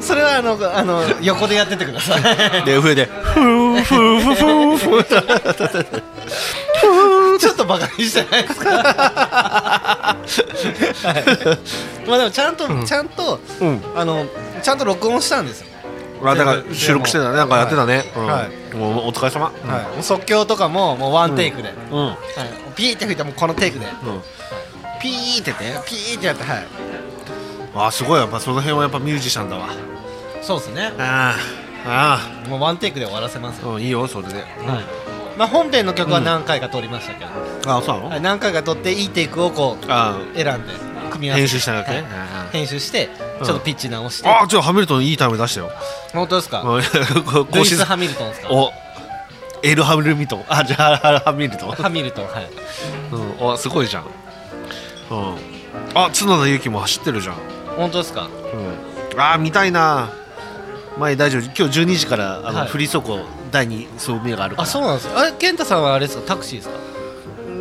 S2: それはあのあの横でやっててください
S3: で上でふーふーふーふーふー
S2: ちょっとバカにしてないですか、はい、まあでもちゃんと、ちゃんと、
S3: うん
S2: あのちゃんと録音したんですよ、
S3: あだから収録してたねなんかやってたね、うんもうお疲れ様、
S2: はい、即興とかももうワンテイクで、
S3: うんうん
S2: はい、ピーって吹いてもうこのテイクで、
S3: うん
S2: ピーってねピーってやってはい
S3: あすごいやっぱその辺はやっぱミュージシャンだわ
S2: そうですね
S3: あああ
S2: もうワンテイクで終わらせます
S3: あうんいいよそれで
S2: はい、まあ本編の曲は何回か撮りましたけど、
S3: あそうなの
S2: はい何回か撮っていいテイクをこう
S3: あ
S2: 選んで組み合わせて
S3: 編集したわけね
S2: はい
S3: うんうん
S2: 編集して
S3: うん
S2: ちょっとピッチ直して、
S3: あちょっとハミルトンいいタイム出したよ
S2: 本当ですか、
S3: うん *laughs* こ
S2: ル
S3: 更
S2: イ
S3: 新
S2: ス・ハミルトンですか
S3: おエルハミルミトンあじゃあハミルトン
S2: ハミルトンはい
S3: うんおすごいじゃんうんあ角田裕樹も走ってるじゃん
S2: 本当ですか
S3: うんあ見たいな前大丈夫今日12時からあの、
S2: はい
S3: フリー走行第2層目があるか
S2: あ
S3: ら
S2: そうなんですかあれ健太さんはあれですかタクシーですか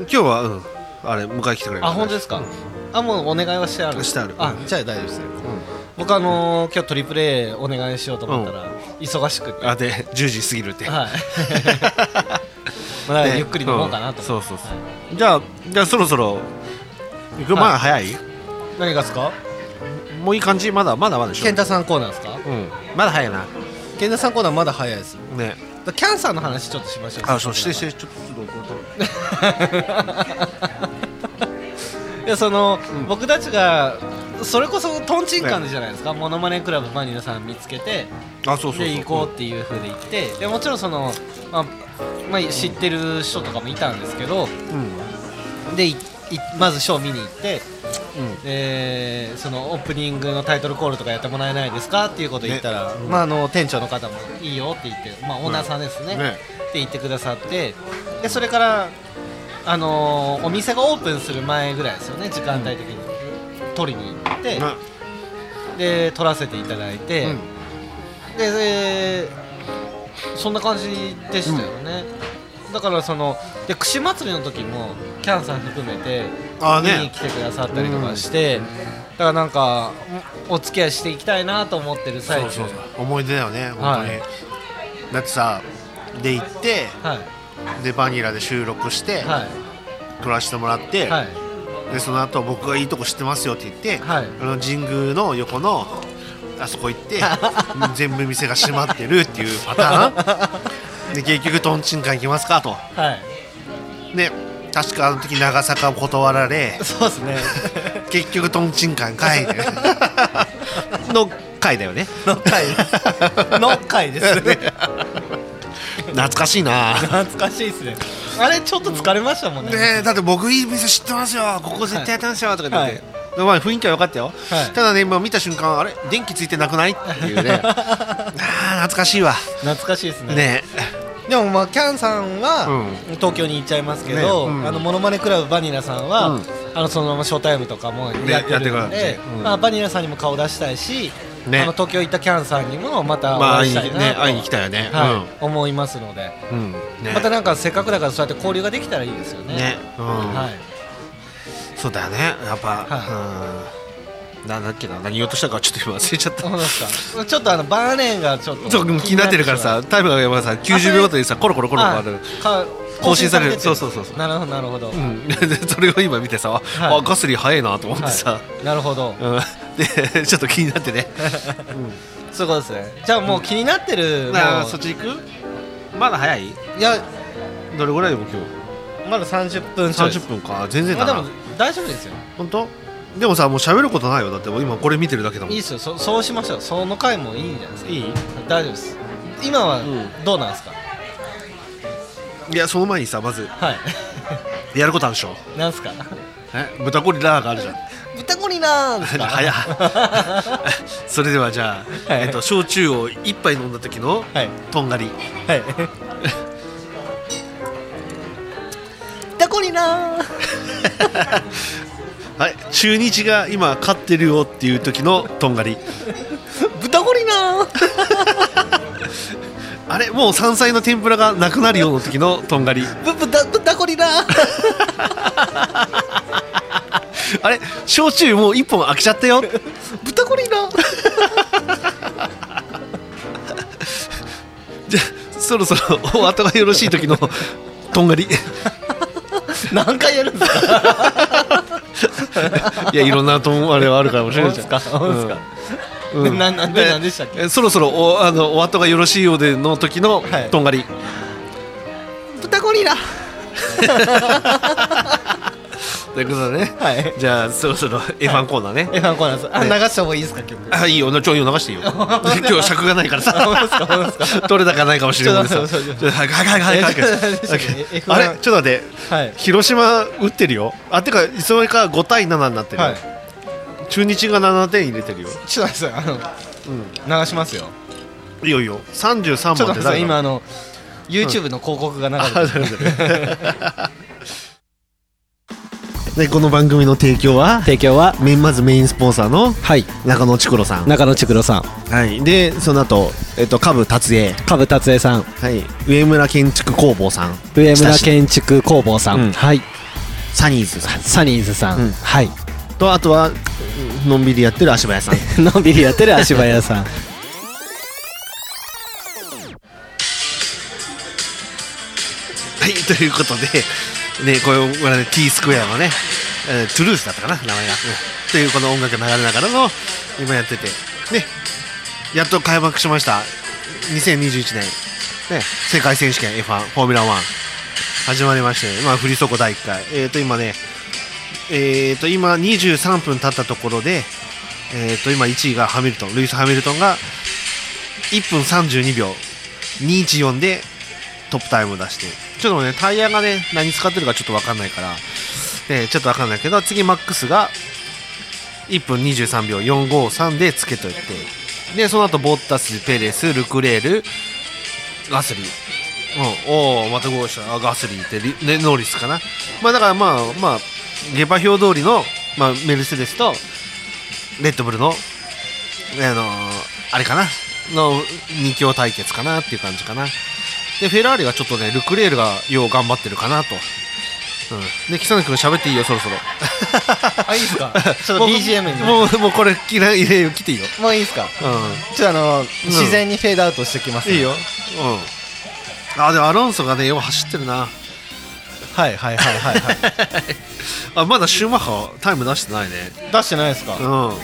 S3: 今日はうんあれ迎え来てくれるから
S2: あ本当ですか、あもうお願いはしてある
S3: してある
S2: あじゃあ大丈夫ですよ、僕あのー今日トリプレイお願いしようと思ったら、忙しくて
S3: *laughs* あで10時過ぎるって、 *laughs*
S2: はいまあ
S3: で
S2: ゆっくり飲もうかなと思って、
S3: うんそうそうそう
S2: はい
S3: じゃあじゃあそろそろ行く前早い、
S2: 何がですか
S3: もういい感じまだまだまだでしょ
S2: 健太さんコーナーですか
S3: うんまだ早いな
S2: 健太さんコーナーまだ早いです
S3: ね
S2: だキャンさんの話ちょっとしましょう
S3: あそうしてしてちょっとちょっとこれ
S2: *laughs* いやその、僕たちがそれこそトンチンカンでじゃないですか、モノマネクラブマニラさん見つけて
S3: とあそうそうそう
S2: で行こうっていう風で行ってでもちろんその、まあまあ、知ってる人とかもいたんですけど
S3: うん
S2: でいいまずショー見に行って、
S3: うん
S2: でそのオープニングのタイトルコールとかやってもらえないですかっていうこと言ったら、まあ、あの店長の方もいいよって言って、まあ、オーナーさんですね,、
S3: うんね
S2: って言ってくださってでそれから、あのーお店がオープンする前ぐらいですよね時間帯的に、取りに行って、
S3: ね
S2: で取らせていただいて、ででそんな感じでしたよね、だからそので串祭りの時もキャンさん含めて
S3: あーね
S2: 見に来てくださったりとかして、だからなんかお付き合いしていきたいなと思ってる最
S3: そう
S2: 中
S3: そうそう思い出だよね本当に、
S2: は
S3: だってさで行って
S2: はい
S3: でバニラで収録して、
S2: は
S3: 撮らせてもらって、
S2: いはい
S3: でその後僕がいいとこ知ってますよって言って、
S2: はい
S3: あの神宮の横のあそこ行って *laughs* 全部店が閉まってるっていうパターンで結局とんちんか行きますかと
S2: はい
S3: ね確かあの時長坂を断られ
S2: そうです *laughs* ね
S3: 結局とんちんかんかい *laughs* の回だよね
S2: の回の回ですね
S3: 懐かしいな
S2: 懐かしいですねあれちょっと疲れましたもんね
S3: ねえだって僕いい店知ってますよここ絶対やってますよとか言って、
S2: はい
S3: でまあ雰囲気は良かったよ、
S2: はい
S3: ただね今見た瞬間あれ電気ついてなくないっていう *laughs* ねあー懐かしいわ
S2: 懐かしいですね
S3: ね
S2: でもまあキャンさんは、
S3: う
S2: 東京に行っちゃいますけど、
S3: ねうん
S2: あのモノマネクラブバニラさんは、
S3: うん
S2: あのそのままショータイムとかもやってるんで,、
S3: ねやってくれるんでうん
S2: まあ、バニラさんにも顔出したいし、
S3: ね
S2: あの東京行ったキャンさんにもまたお
S3: まあ
S2: 会
S3: 会
S2: い
S3: い
S2: し
S3: に,、
S2: たいなと、
S3: ね、会いに来たよね、
S2: はい思いますので、
S3: うん、うん、ね
S2: またなんかせっかくだからそうやって交流ができたらいいですよね
S3: ねうん
S2: はい、
S3: そうだよねやっぱ、うんなんだっけな何言おうとしたかちょっと今忘れちゃった *laughs*
S2: どうですかちょっとあのバーレーンがちょっと
S3: そう気になってるからさタイムがやばいさ90秒ごとにさコロコロコロコロ
S2: あ
S3: 変わ
S2: か
S3: る更新される
S2: 更新
S3: そうそうそうそう
S2: なるほどなるほど、
S3: うん *laughs* でそれを今見てさ、
S2: はい
S3: あガスリー早いなと思ってさ、
S2: はい、なるほど
S3: うん、でち *laughs* ょっと気になってね
S2: そういうことですねじゃあもう気になってる、も
S3: なあ
S2: う
S3: そっち行くまだ早い
S2: いや
S3: どれぐらいでも今
S2: まだ30分
S3: 日30分か全然
S2: まあ
S3: だ
S2: で
S3: な、
S2: も大丈夫ですよ
S3: 本当でもさもう喋ることないよだってもう今これ見てるだけだもん
S2: いいですよそそうしましょうその回もいいんじゃないですか
S3: いい
S2: 大丈夫です今はどうなんですか、
S3: いやその前にさまず
S2: はい *laughs*
S3: やることあるでしょ
S2: なんすか
S3: え豚ゴリラがあるじゃん
S2: 豚ゴリラーですか *laughs*
S3: 早っそれではじゃあ、
S2: はい
S3: えっと、焼酎を一杯飲んだ時の
S2: はい
S3: とんがり
S2: はい豚ゴリラー
S3: はい中日が今勝ってるよっていう時のとんがり
S2: 豚ゴリラー
S3: あれもう山菜の天ぷらがなくなるよの時のとんがり
S2: ぶ豚豚ゴリラー
S3: あれ焼酎もう一本開けちゃっ
S2: *laughs*
S3: たよ
S2: 豚ゴリ *laughs* ラー
S3: じゃあそろそろお後がよろしい時のとんがり
S2: *laughs* 何回やるんですか
S3: *laughs* いやいろんなとんあれはあるかもしれないじゃ
S2: *laughs*
S3: ん
S2: かそうですか、
S3: うん
S2: で *laughs* ななんでなんでしたっけ
S3: えそろそろおあのお後がよろしいようでの時の
S2: はい
S3: とんがり、
S2: 豚ゴリラ
S3: ということでね、
S2: はい
S3: じゃあそろそろ F1 コーナーね、
S2: えファンコーナーですあ流した方がいいですか *laughs* 曲
S3: あいいよ、ちょい流していい
S2: *laughs*
S3: よ。今日尺がないからさ。取れ高ないかもしれない
S2: ちょ
S3: さ。
S2: っと待って
S3: ちょっとはいはいはいは
S2: え
S3: い
S2: ちょっと待って
S3: はい
S2: ちょっと
S3: あ
S2: 待って
S3: れ、ちょっと待って。
S2: はい
S3: 広島打ってるよ。あ、てか、いつの間にか五対七になってるよ
S2: はい。
S3: 中日が七点入れてるよ。
S2: ちょっと待ってくださいあの、流しますよ
S3: いいよいいよ。三十三
S2: ちょっと
S3: 番っ
S2: 待っててくださ
S3: 誰
S2: い今
S3: だ。
S2: あの YouTube の広告が流れてる、
S3: あ *laughs* でこの番組の提供は
S7: 提供は
S3: メインまずメインスポンサーの
S7: はい
S3: 中野千黒さん、
S7: 中野ちくろさん
S3: はい、でその後、えっと下部達也、
S7: 株達也さん
S3: はい、上村建築工房さん
S7: 上村建築工房さん、
S3: うん
S7: はい
S3: サニーズさん
S7: サニーズさん、
S3: うん
S7: はい *laughs*
S3: とあとはのんびりやってる足早さん
S7: のんびりやってる足早さん
S3: はいということでねこれはね T スクエアのね、えートゥルースだったかな名前が、うんというこの音楽流れながらの今やっててねやっと開幕しました2021年、ね、世界選手権 F1 フォーミュラ1始まりまして、まあ、振り底第1回えっ、ー、と今ねえー、と今23分経ったところで、えー、と今1位がハミルトンルイス・ハミルトンが1分32秒214でトップタイムを出してちょっとねタイヤがね何使ってるかちょっと分かんないから、ね、ちょっと分かんないけど次マックスが1分23秒453でつけといてでその後ボッタスペレスルクレールガスリーうん、おおまたゴールしたあガスリーってリ、ね、ノーリスかなまあだからまあまあ下馬評通りの、まあ、メルセデスとレッドブルのあのーあれかなの2強対決かなっていう感じかなでフェラーリはちょっとねルクレールがよう頑張ってるかなとうん、で、木曽野君喋っていいよ、そろそろ。
S2: あいいっすか *laughs* ちょっと BGM にも
S3: もう、もうこれ、切ら入れよ、来ていいよ。
S2: うもういいっすか
S3: う
S2: ちょっとあの自然にフェードアウトしてきます、
S3: ん。いいよ。うん。あ、でもアロンソがね、よう走ってるな。
S2: はいはいはいはいはい
S3: あ、まだシューマッハ、タイム出してないね。
S2: *laughs* 出してないですか、
S3: うん。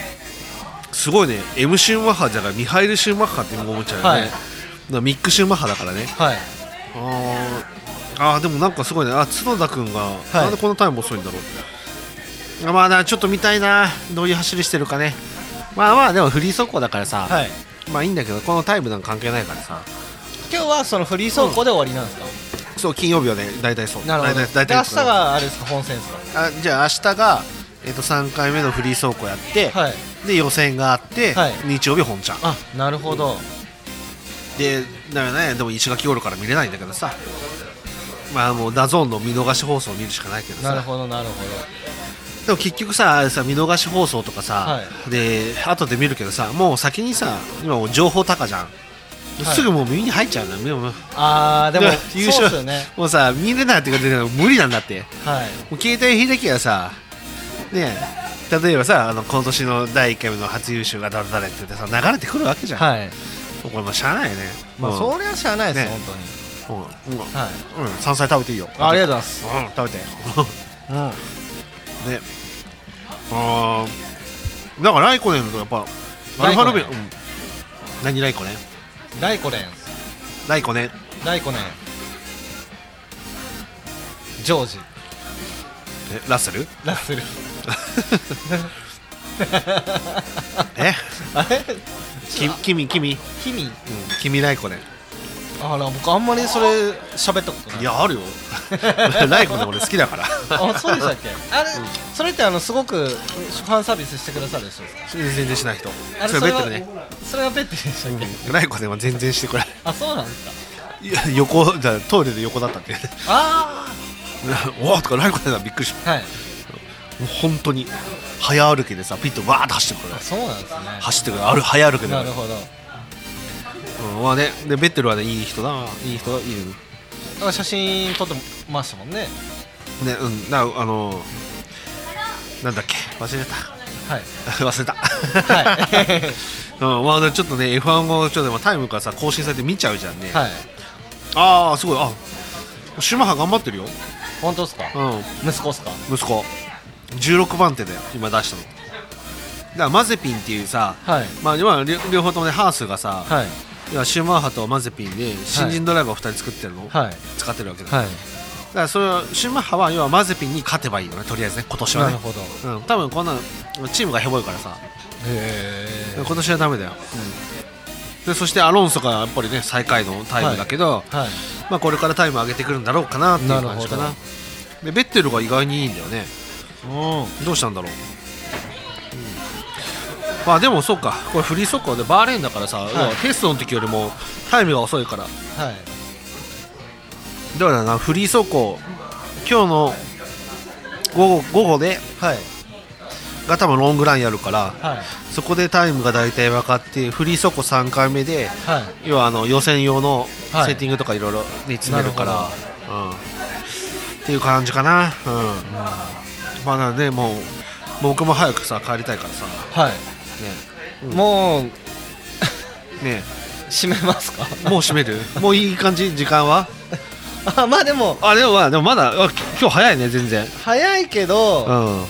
S3: すごいね、M シューマッハじゃなくてミハイル・シューマッハって今思っちゃうよね。
S2: はい
S3: だからミック・シューマッハだからね。
S2: はい
S3: あーあーでもなんかすごいねあ角田君が、なんでこのタイム遅いんだろうあまあなちょっと見たいなどういう走りしてるかねまあまあでもフリー走行だからさ、
S2: はい
S3: まあいいんだけどこのタイムなんか関係ないからさ
S2: 今日はそのフリー走行で終わりなんですか、
S3: そう金曜日はね大体そう
S2: なるほど
S3: 大体大
S2: で
S3: 体
S2: 明日があれですか本戦です
S3: あじゃあ明日が、えっと3回目のフリー走行やって、
S2: かはい
S3: で予選があって、
S2: はい
S3: 日曜日本ちゃん
S2: あなるほど、
S3: でだよねでも石垣頃から見れないんだけどさまあもうダゾーンの見逃し放送を見るしかないけどさ
S2: なるほどなるほ
S3: でも結局さあれさ見逃し放送とかさ、
S2: は
S3: で後で見るけどさもう先にさ今もう情報高じゃん、
S2: はい
S3: すぐもう耳に入っちゃうのよもう
S2: どああ *laughs* でも
S3: で
S2: 優勝ですよね
S3: もうさ見れないっていうか無理なんだって
S2: はい
S3: もう携帯秀樹はさねえ例えばさあの今年の第1回目の初優勝が誰誰って言ってさ流れてくるわけじゃん、
S2: はい
S3: もうこれもうしゃあないよね
S2: まあ
S3: も
S2: そりゃしゃあないです、
S3: ね
S2: 本当に
S3: うんうんうん
S2: はい
S3: うん山菜食べていいよ
S2: ありがとうございます
S3: うん食べて *laughs*
S2: うん
S3: ねあーだからライコネンとやっぱアルファロメ
S2: ライ
S3: オ、う
S2: コ
S3: ん、何ライコネン
S2: ライコレン
S3: ライコネン
S2: ライコネンジョージ
S3: えラッセ *laughs* ル
S2: ラッセル
S3: え
S2: *laughs* あれ
S3: き君君
S2: キミ
S3: 君ライコネン
S2: あら僕あんまりそれ喋ったことない
S3: いやあるよ *laughs* ライコネン俺好きだから
S2: あそうでしたっけあれ、それってあのすごくファンサービスしてくださる人ですか
S3: *laughs* 全然しない人
S2: あれ
S3: それベッドでね
S2: それはベッドでしたっけ、
S3: ライコネンは全然してくれない
S2: あそうなんですか
S3: いや横だからトイレで横だったんで
S2: あ
S3: *laughs* おおとかライコネンはびっくりし
S2: あはい
S3: たもう本当に早歩きでさピッとバーッと走ってくるから
S2: そうなんですね
S3: 走ってくるある早歩きで
S2: なるほど
S3: うんまあねでベッテルはねいい人だいい人だいいよ
S2: だから写真撮ってましたもんね
S3: ねうんなあのなんだっけ忘れた *laughs*
S2: *laughs* はい
S3: 忘れた
S2: はい
S3: *laughs* うんまあねちょっとね F1 もちょっとでもタイムからさ更新されて見ちゃうじゃんね、
S2: はい
S3: ああすごいあシュマハ頑張ってるよ
S2: 本当ですか
S3: う
S2: 息子ですか
S3: ん息子16番手だよ今出したのだからマゼピンっていうさ、
S2: はい
S3: まあ今両両方ともねハースがさ、
S2: はい
S3: 今シュマーハとマゼピンで新人ドライバーを2人作ってるの、
S2: はい
S3: 使ってるわけだ,、
S2: はい
S3: だからそれはシュマーハは要はマゼピンに勝てばいいのねとりあえずね今年は
S2: な
S3: ね
S2: るほどへ
S3: うん、多分こんなのチームがヘボいからさ
S2: え
S3: 今年はダメだよ、でそしてアロンソがやっぱりね最下位のタイムだけど、
S2: はい
S3: まあ、これからタイム上げてくるんだろうかなっていう感じかな
S2: なる
S3: でベッテルが意外にいいんだよね
S2: うん
S3: どうしたんだろう、うんまあでもそうかこれフリー速攻でバーレーンだからさ、要はテストの時よりもタイムが遅いから
S2: はい
S3: だからなフリー走行今日の午後午後で
S2: はい
S3: が多分ロングランやるから
S2: はい
S3: そこでタイムが大体分かってフリー走行3回目で
S2: はい
S3: 要はあの予選用の
S2: はい
S3: セッティングとかいろいろ煮詰めるから、
S2: な
S3: うん、っていう感じかな、うんまあなのでもう僕も早くさ帰りたいからさ
S2: はい
S3: うん
S2: もう
S3: ね
S2: 閉めますか
S3: もう閉める *laughs* もういい感じ時間は
S2: *laughs* あまあでも
S3: あでもまあでもまだあき今日早いね全然
S2: 早いけ
S3: う
S2: ど
S3: ん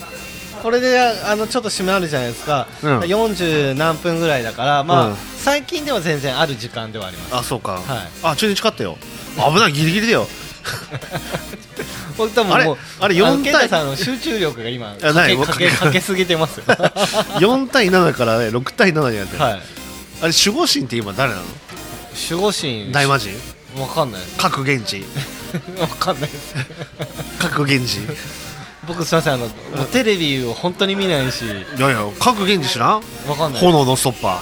S2: これでああのちょっと締めあるじゃないですか、
S3: うん
S2: 40何分ぐらいだからまあ、
S3: うん
S2: 最近では全然ある時間ではあります
S3: あそうか、
S2: はい
S3: あ中日勝ったよ危ないギリギリ
S2: *laughs*
S3: だよ
S2: 僕多分
S3: あれ
S2: もう
S3: あれ4
S2: の健太
S3: 対
S2: さんの集中力が今か
S3: やない
S2: けかけ
S3: 僕
S2: かけすぎてますよ
S3: 4対7から、ね、6対7になってる、
S2: はい
S3: あれ守護神って今誰なの
S2: 守護神
S3: 大魔神
S2: わかんないです *laughs*
S3: 各源氏
S2: わかんないです
S3: 各源
S2: *laughs*
S3: 氏
S2: 僕すいませんあの、もうテレビを本当に見ないし
S3: いやいや各源氏知らん
S2: わかんないわ
S3: 炎のストッパ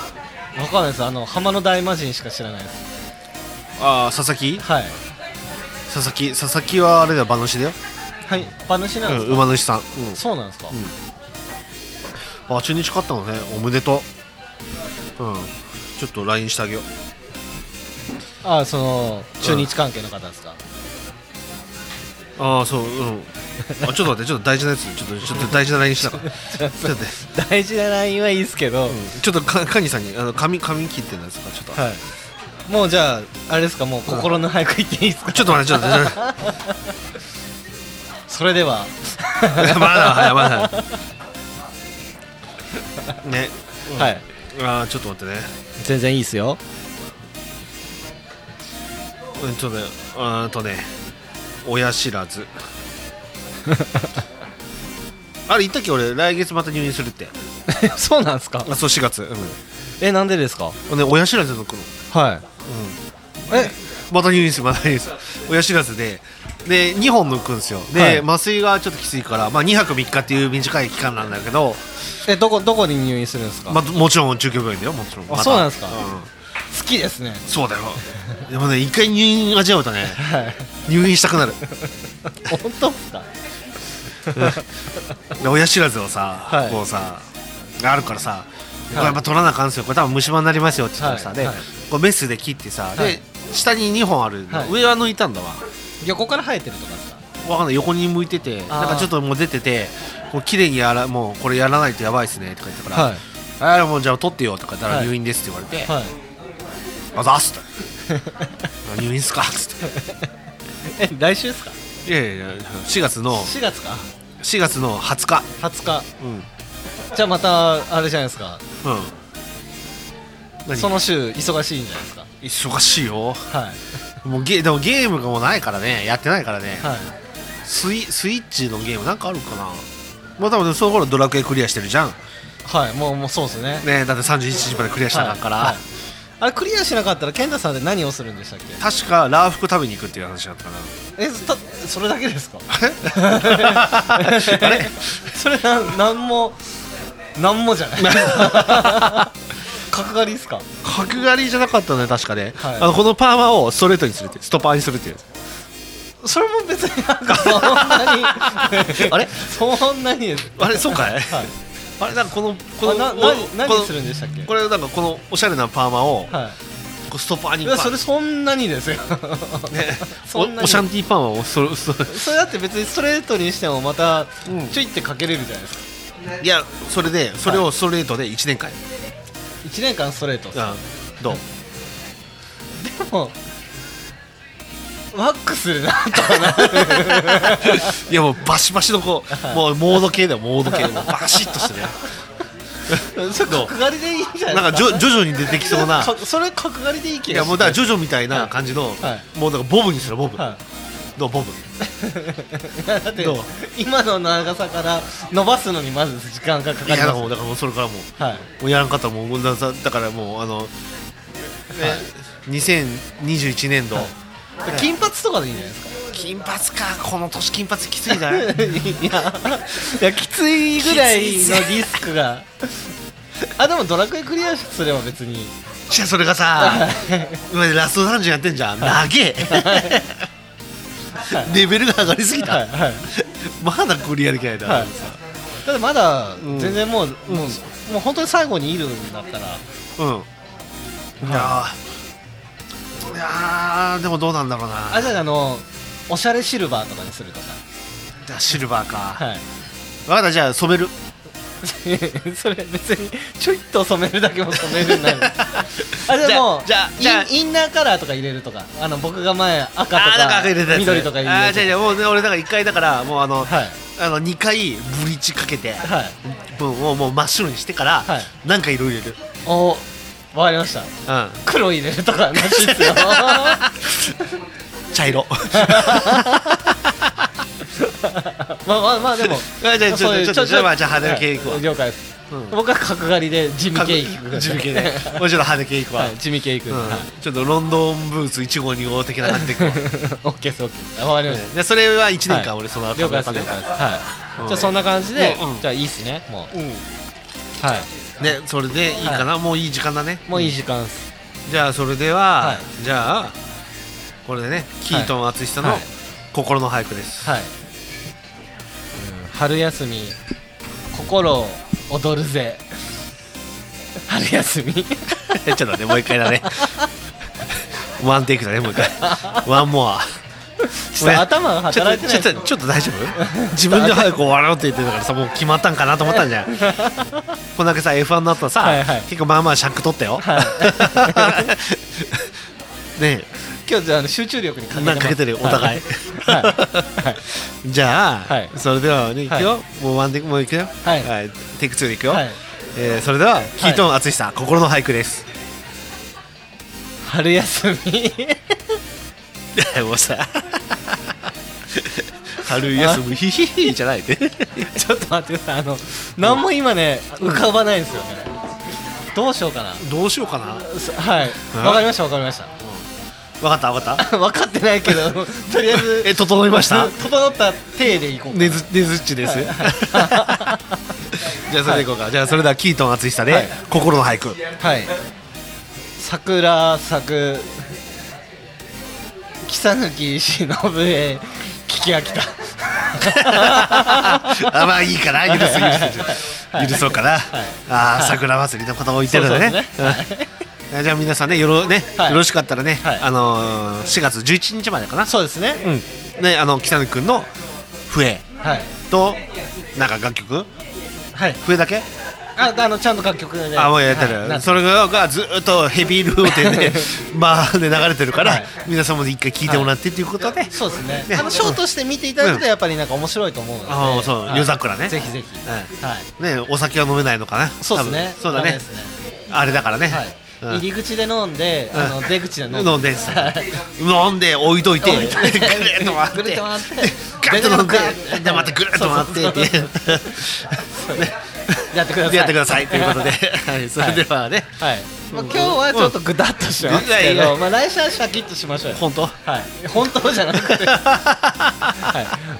S3: ー
S2: かんないですあの浜の大魔神しか知らないです
S3: あー佐々木
S2: はい
S3: 佐々木佐々木はあれだよ馬主だよ、
S2: はい馬主なんです
S3: うん、
S2: か、
S3: 馬主さん、
S2: そうなんですか、
S3: うん、あ中日勝ったのねおめでとううんちょっと LINE してあげよう
S2: あその中日関係の方ですか、
S3: ああそううんあちょっと待ってちょっと大事なやつちょっとちょっと大事なラインしなかったちょっと待って
S2: 大事なラインはいいですけど、
S3: ちょっとかカニさんにあの髪髪切ってなんですかちょっと、
S2: はいもうじゃああれですかもう心の俳句いっていいですか、
S3: ちょっと待ってちょっと待ってちょっ
S2: それでは
S3: と待ってまだはいま *laughs* だね
S2: はい
S3: あーちょっと待ってね
S4: 全然いいっすよ
S3: うんちょっとねあーとね親知らず *laughs* あれ言ったっけ俺来月また入院するって
S2: *laughs* そうなんですか
S3: あそう4月うん
S2: えなんでですか
S3: ね、親知らずの頃
S2: はい
S3: また入院するまた入院する *laughs* 親知らずでで2本抜くんですよで、
S2: はい
S3: 麻酔がちょっときついから、まあ、2泊3日っていう短い期間なんだけど、
S2: えどこどこに入院するんですか、
S3: まあ、もちろん中級病院だよもちろん、また
S2: そうなんですか
S3: う
S2: 好きですね
S3: んそうだよでもね一回入院味わうとね
S2: はい
S3: 入院したくなる
S2: *laughs* 本当ですか
S3: で親知らずをさ、
S2: はい
S3: こうさあるからさこれやっぱ取らなあかんすよこれ多分虫歯になりますよって言ってさ、
S2: はい
S3: で、
S2: はい
S3: こうメスで切ってさ、
S2: は
S3: で
S2: い
S3: 下に2本あるの、
S2: はい
S3: 上は抜いたんだわ
S2: 横から生えてるとかですか
S3: わかんない横に向いてて
S2: あー
S3: なんかちょっともう出ててもう綺麗にやらもうこれやらないとやばいですねとか言ったから、
S2: はい
S3: ああもうじゃあ取ってよとか言ったら
S2: はい
S3: 入院ですって言われて、
S2: はい
S3: あざ
S2: *laughs*
S3: っすって入院っすかっつっ
S2: え来週ですか
S3: ていやいやいや4月の
S2: 4月か
S3: 4月の20日
S2: 20日
S3: うん
S2: じゃあまたあれじゃないですか
S3: うん何
S2: その週忙しいんじゃないですか
S3: 忙しいよ
S2: はい
S3: もうゲでもゲームがもうないからねやってないからね、
S2: はい
S3: スイスイッチのゲームなんかあるかなまあ多分その頃ドラクエクリアしてるじゃん
S2: はいもうもうそうですね
S3: ねだって31時までクリアしたんだから、
S2: はいはいあれクリアしなかったら健太さんで何をするんでしたっけ
S3: 確かラー服食べに行くっていう話だったかな
S2: えたそれだけですか *laughs*
S3: あれ
S2: それなんなんもなんもじゃない角刈りですか
S3: 角刈りじゃなかったね確かね、
S2: はい
S3: あのこのパーマをストレートにするっていうストパーにするっていう
S2: それも別になんかそんなにあれそんなにです
S3: あれそうかい、
S2: はい
S3: あれなんかこの
S2: こ
S3: この
S2: な
S3: お
S2: 何
S3: こ
S2: 何
S3: の
S2: するんでしたっけ
S3: これなんかこのおしゃれなパーマを、
S2: は
S3: こうストパー
S2: い
S3: に
S2: い
S3: パ
S2: や
S3: ン
S2: それそんなにですよ
S3: ね
S2: そんなに
S3: おおシャンティーパーマをそれそれ
S2: それだって別にストレートにしてもまた
S3: うん
S2: ちょいってかけれるじゃないですか
S3: いやそれでそれをストレートで1年間、
S2: 1年間ストレートで
S3: うんどう
S2: もワックスでなんとかなる
S3: いやもうバシバシのこ
S2: *laughs*
S3: うもうモード系だよモード系もうバシッとしてね
S2: *laughs* それ角刈りでいいんじゃないですか
S3: なんかじょ徐々に出てきそうな
S2: かそれ *laughs* 角刈りでいいけ
S3: い
S2: ど
S3: やもうだからジョジョみたいな感じの、
S2: はい
S3: もうだからボブにするボブ、
S2: は
S3: どうボブ
S2: い *laughs* やだって
S3: どう
S2: 今の長さから伸ばすのにまず時間がか
S3: い
S2: か
S3: や
S2: り
S3: だから
S2: ま
S3: もうだからもうそれからもう
S2: すはい
S3: もうやらんかったらもうもうだだからもうあの、ね2021年度、
S2: 金髪とかでいいんじゃないですか
S3: 金髪かこの年金髪きついじ
S2: *laughs*
S3: ゃない
S2: いやいやきついぐらいのリスク
S3: *laughs*
S2: があでもドラクエクリアすれば別に
S3: じゃあそれがさ今までラストダンジョンやってんじゃん、長えレベルが上がりすぎた、
S2: はいはい
S3: まだクリアできないだ、
S2: はいただまだ
S3: ん
S2: 全然もう、もうもう本当に最後にいるんだったら
S3: うんいやーいやーでもどうなんだろうな
S2: あじゃああのおしゃれシルバーとかにするとか
S3: じゃあシルバーか、
S2: はい
S3: わかったじゃあ染める *laughs*
S2: それ別にちょいっと染めるだけも染めるになる *laughs* あでも
S3: じゃあじゃあ
S2: インインナーカラーとか入れるとかあの僕が前赤とか
S3: ーなん赤入れたやつ
S2: 緑とか入れるとか
S3: あー違う違うもうね俺だから一回だからもうあの、
S2: はい
S3: あの2回ブリーチかけて
S2: はい
S3: 分をもう真っ白にしてから、
S2: はい
S3: なんか色入れる
S2: おわかりました
S3: う
S2: 黒入れるとかなしっす
S3: *laughs*
S2: よ
S3: ん茶 *laughs* 色
S2: まあまあまあでも
S3: *laughs* あじゃあちょ
S2: そういう
S3: ちょっとじゃあまあじゃあ派手系いくわ
S2: はい了解です
S3: うん
S2: 僕は角刈りで地味系いく
S3: 地味系ねもうちろん派手系いくわ、
S2: *laughs* はい地味系いく
S3: うん
S2: はい
S3: ちょっとロンドンブーツ1号2号的な感じでいくわ
S2: オ
S3: *laughs*
S2: ッケーですオッケーですわかりました
S3: でそれは1年間
S2: はい
S3: 俺その後
S2: 了解です
S3: 考え
S2: 了
S3: た
S2: 解です
S3: か
S2: は
S3: う
S2: い
S3: ん
S2: じゃあそんな感じで
S3: うん
S2: じゃあいいっすねもう
S3: らうん
S2: はい
S3: ね、それでいいかな、もういい時間だね
S2: もういい時間っす
S3: じゃあそれでは、
S2: はい
S3: じゃあこれでねキートン淳さんの
S2: はい
S3: 心の俳句です、 *laughs*
S2: はいうん春休み心を踊るぜ春休 *laughs* み
S3: ちょっと待 *laughs*
S2: *laughs*
S3: ってもう一回だねワンテイクだねもう一回ワンモア
S2: ちちょっと頭が働いてない
S3: ちょっとちょっとちょっと大丈夫自分で早く終わろうって言ってたからさもう決まったんかなと思った
S2: *laughs*
S3: んじゃんこんだけさ F1 だとさ、
S2: はいはい
S3: 結構まあまあ尺取ったよ、 *laughs* ね
S2: 今日じゃああの集中力に欠
S3: え
S2: けて
S3: な
S2: ま
S3: ん
S2: す
S3: かかけてるよお互い、
S2: はいはい
S3: じゃあ、
S2: はい
S3: それではねいくよ、もうワンでもういくよ
S2: はい
S3: テイク2でいくよ、
S2: はい
S3: えーそれではキートン淳さん心の俳句です *laughs*
S2: 春休み
S3: もうさ春休みヒヒヒじゃ
S2: *laughs*
S3: ないで
S2: ちょっと待ってくださいあの何も今ね浮かばないんですよねどうしようかな
S3: どうしようかな
S2: すはいわかりましたわかりました *laughs*
S3: 分かった分かった
S2: 分かってないけどと *laughs* りあえず
S3: え整いました
S2: 整った体でいこうか
S3: ねずねずっちです、 *laughs* じゃあそれでいこうか、じゃあそれではキートン淳久で、
S2: はい
S3: 心の俳句
S2: はい桜咲く草抜忍え聞き飽きた
S3: *laughs* あまあいいかな許す許
S2: はい
S3: す許そうかな、ああ桜祭りのこと置いてるのね
S2: そうそうですね
S3: うんじゃあ皆さんねよろね、
S2: はい
S3: よろしかったらね、
S2: はい
S3: あのー、4月11日までかな
S2: そうですね、
S3: うんねあの北野君の笛
S2: はい
S3: となんか楽曲
S2: はい
S3: 笛だけ
S2: ああのちゃんと楽曲で
S3: あもうやってる、
S2: はいなんか
S3: それがずっとヘビールーテン
S2: *laughs*
S3: でまあね流れてるから、
S2: はい
S3: 皆さんも一回聞いてもらってっていうことで、
S2: そうですね
S3: ね
S2: あのショーとして見ていただく
S3: う
S2: とやっぱりなんか面白いと思うので、
S3: ああそう
S2: はい
S3: 夜桜ね
S2: ぜひぜひ、
S3: う
S2: はい
S3: ねお酒は飲めないのかな
S2: そうですね
S3: 多分そうだ
S2: ダメ
S3: ね
S2: です
S3: あれだからね、
S2: はい
S3: うん
S2: 入り口で飲んで、あの出口で飲んで
S3: 飲んで
S2: はい
S3: 飲んで *laughs* 置いといて
S2: 置い
S3: ぐ
S2: といて
S3: るっと回って
S2: ぐるっと回って
S3: ガッと飲んで
S2: ガッ
S3: でまたぐるっと回ってっていうね
S2: やってください
S3: *laughs* やってくださいという
S2: *laughs*
S3: ことで、 *laughs* はい、それではね、
S2: はい、まあ、今日はちょっとグダッとしますけ
S3: うんい
S2: ど、
S3: やいや
S2: まあ、来週はシャキッとしましょうよ
S3: 本当
S2: はい、本当じゃなく
S3: *laughs*
S2: て、はいま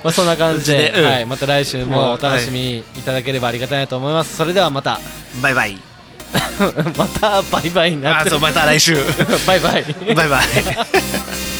S2: あ、そんな感じで
S3: うちねうん
S2: はい、また来週もお楽しみいただければありがたいなと思いますそれではまた *laughs*
S3: バイバイ
S2: またバイバイになっ
S3: あ
S2: て *laughs*
S3: *laughs* そうまた来週
S2: バイバイ
S3: バイバイ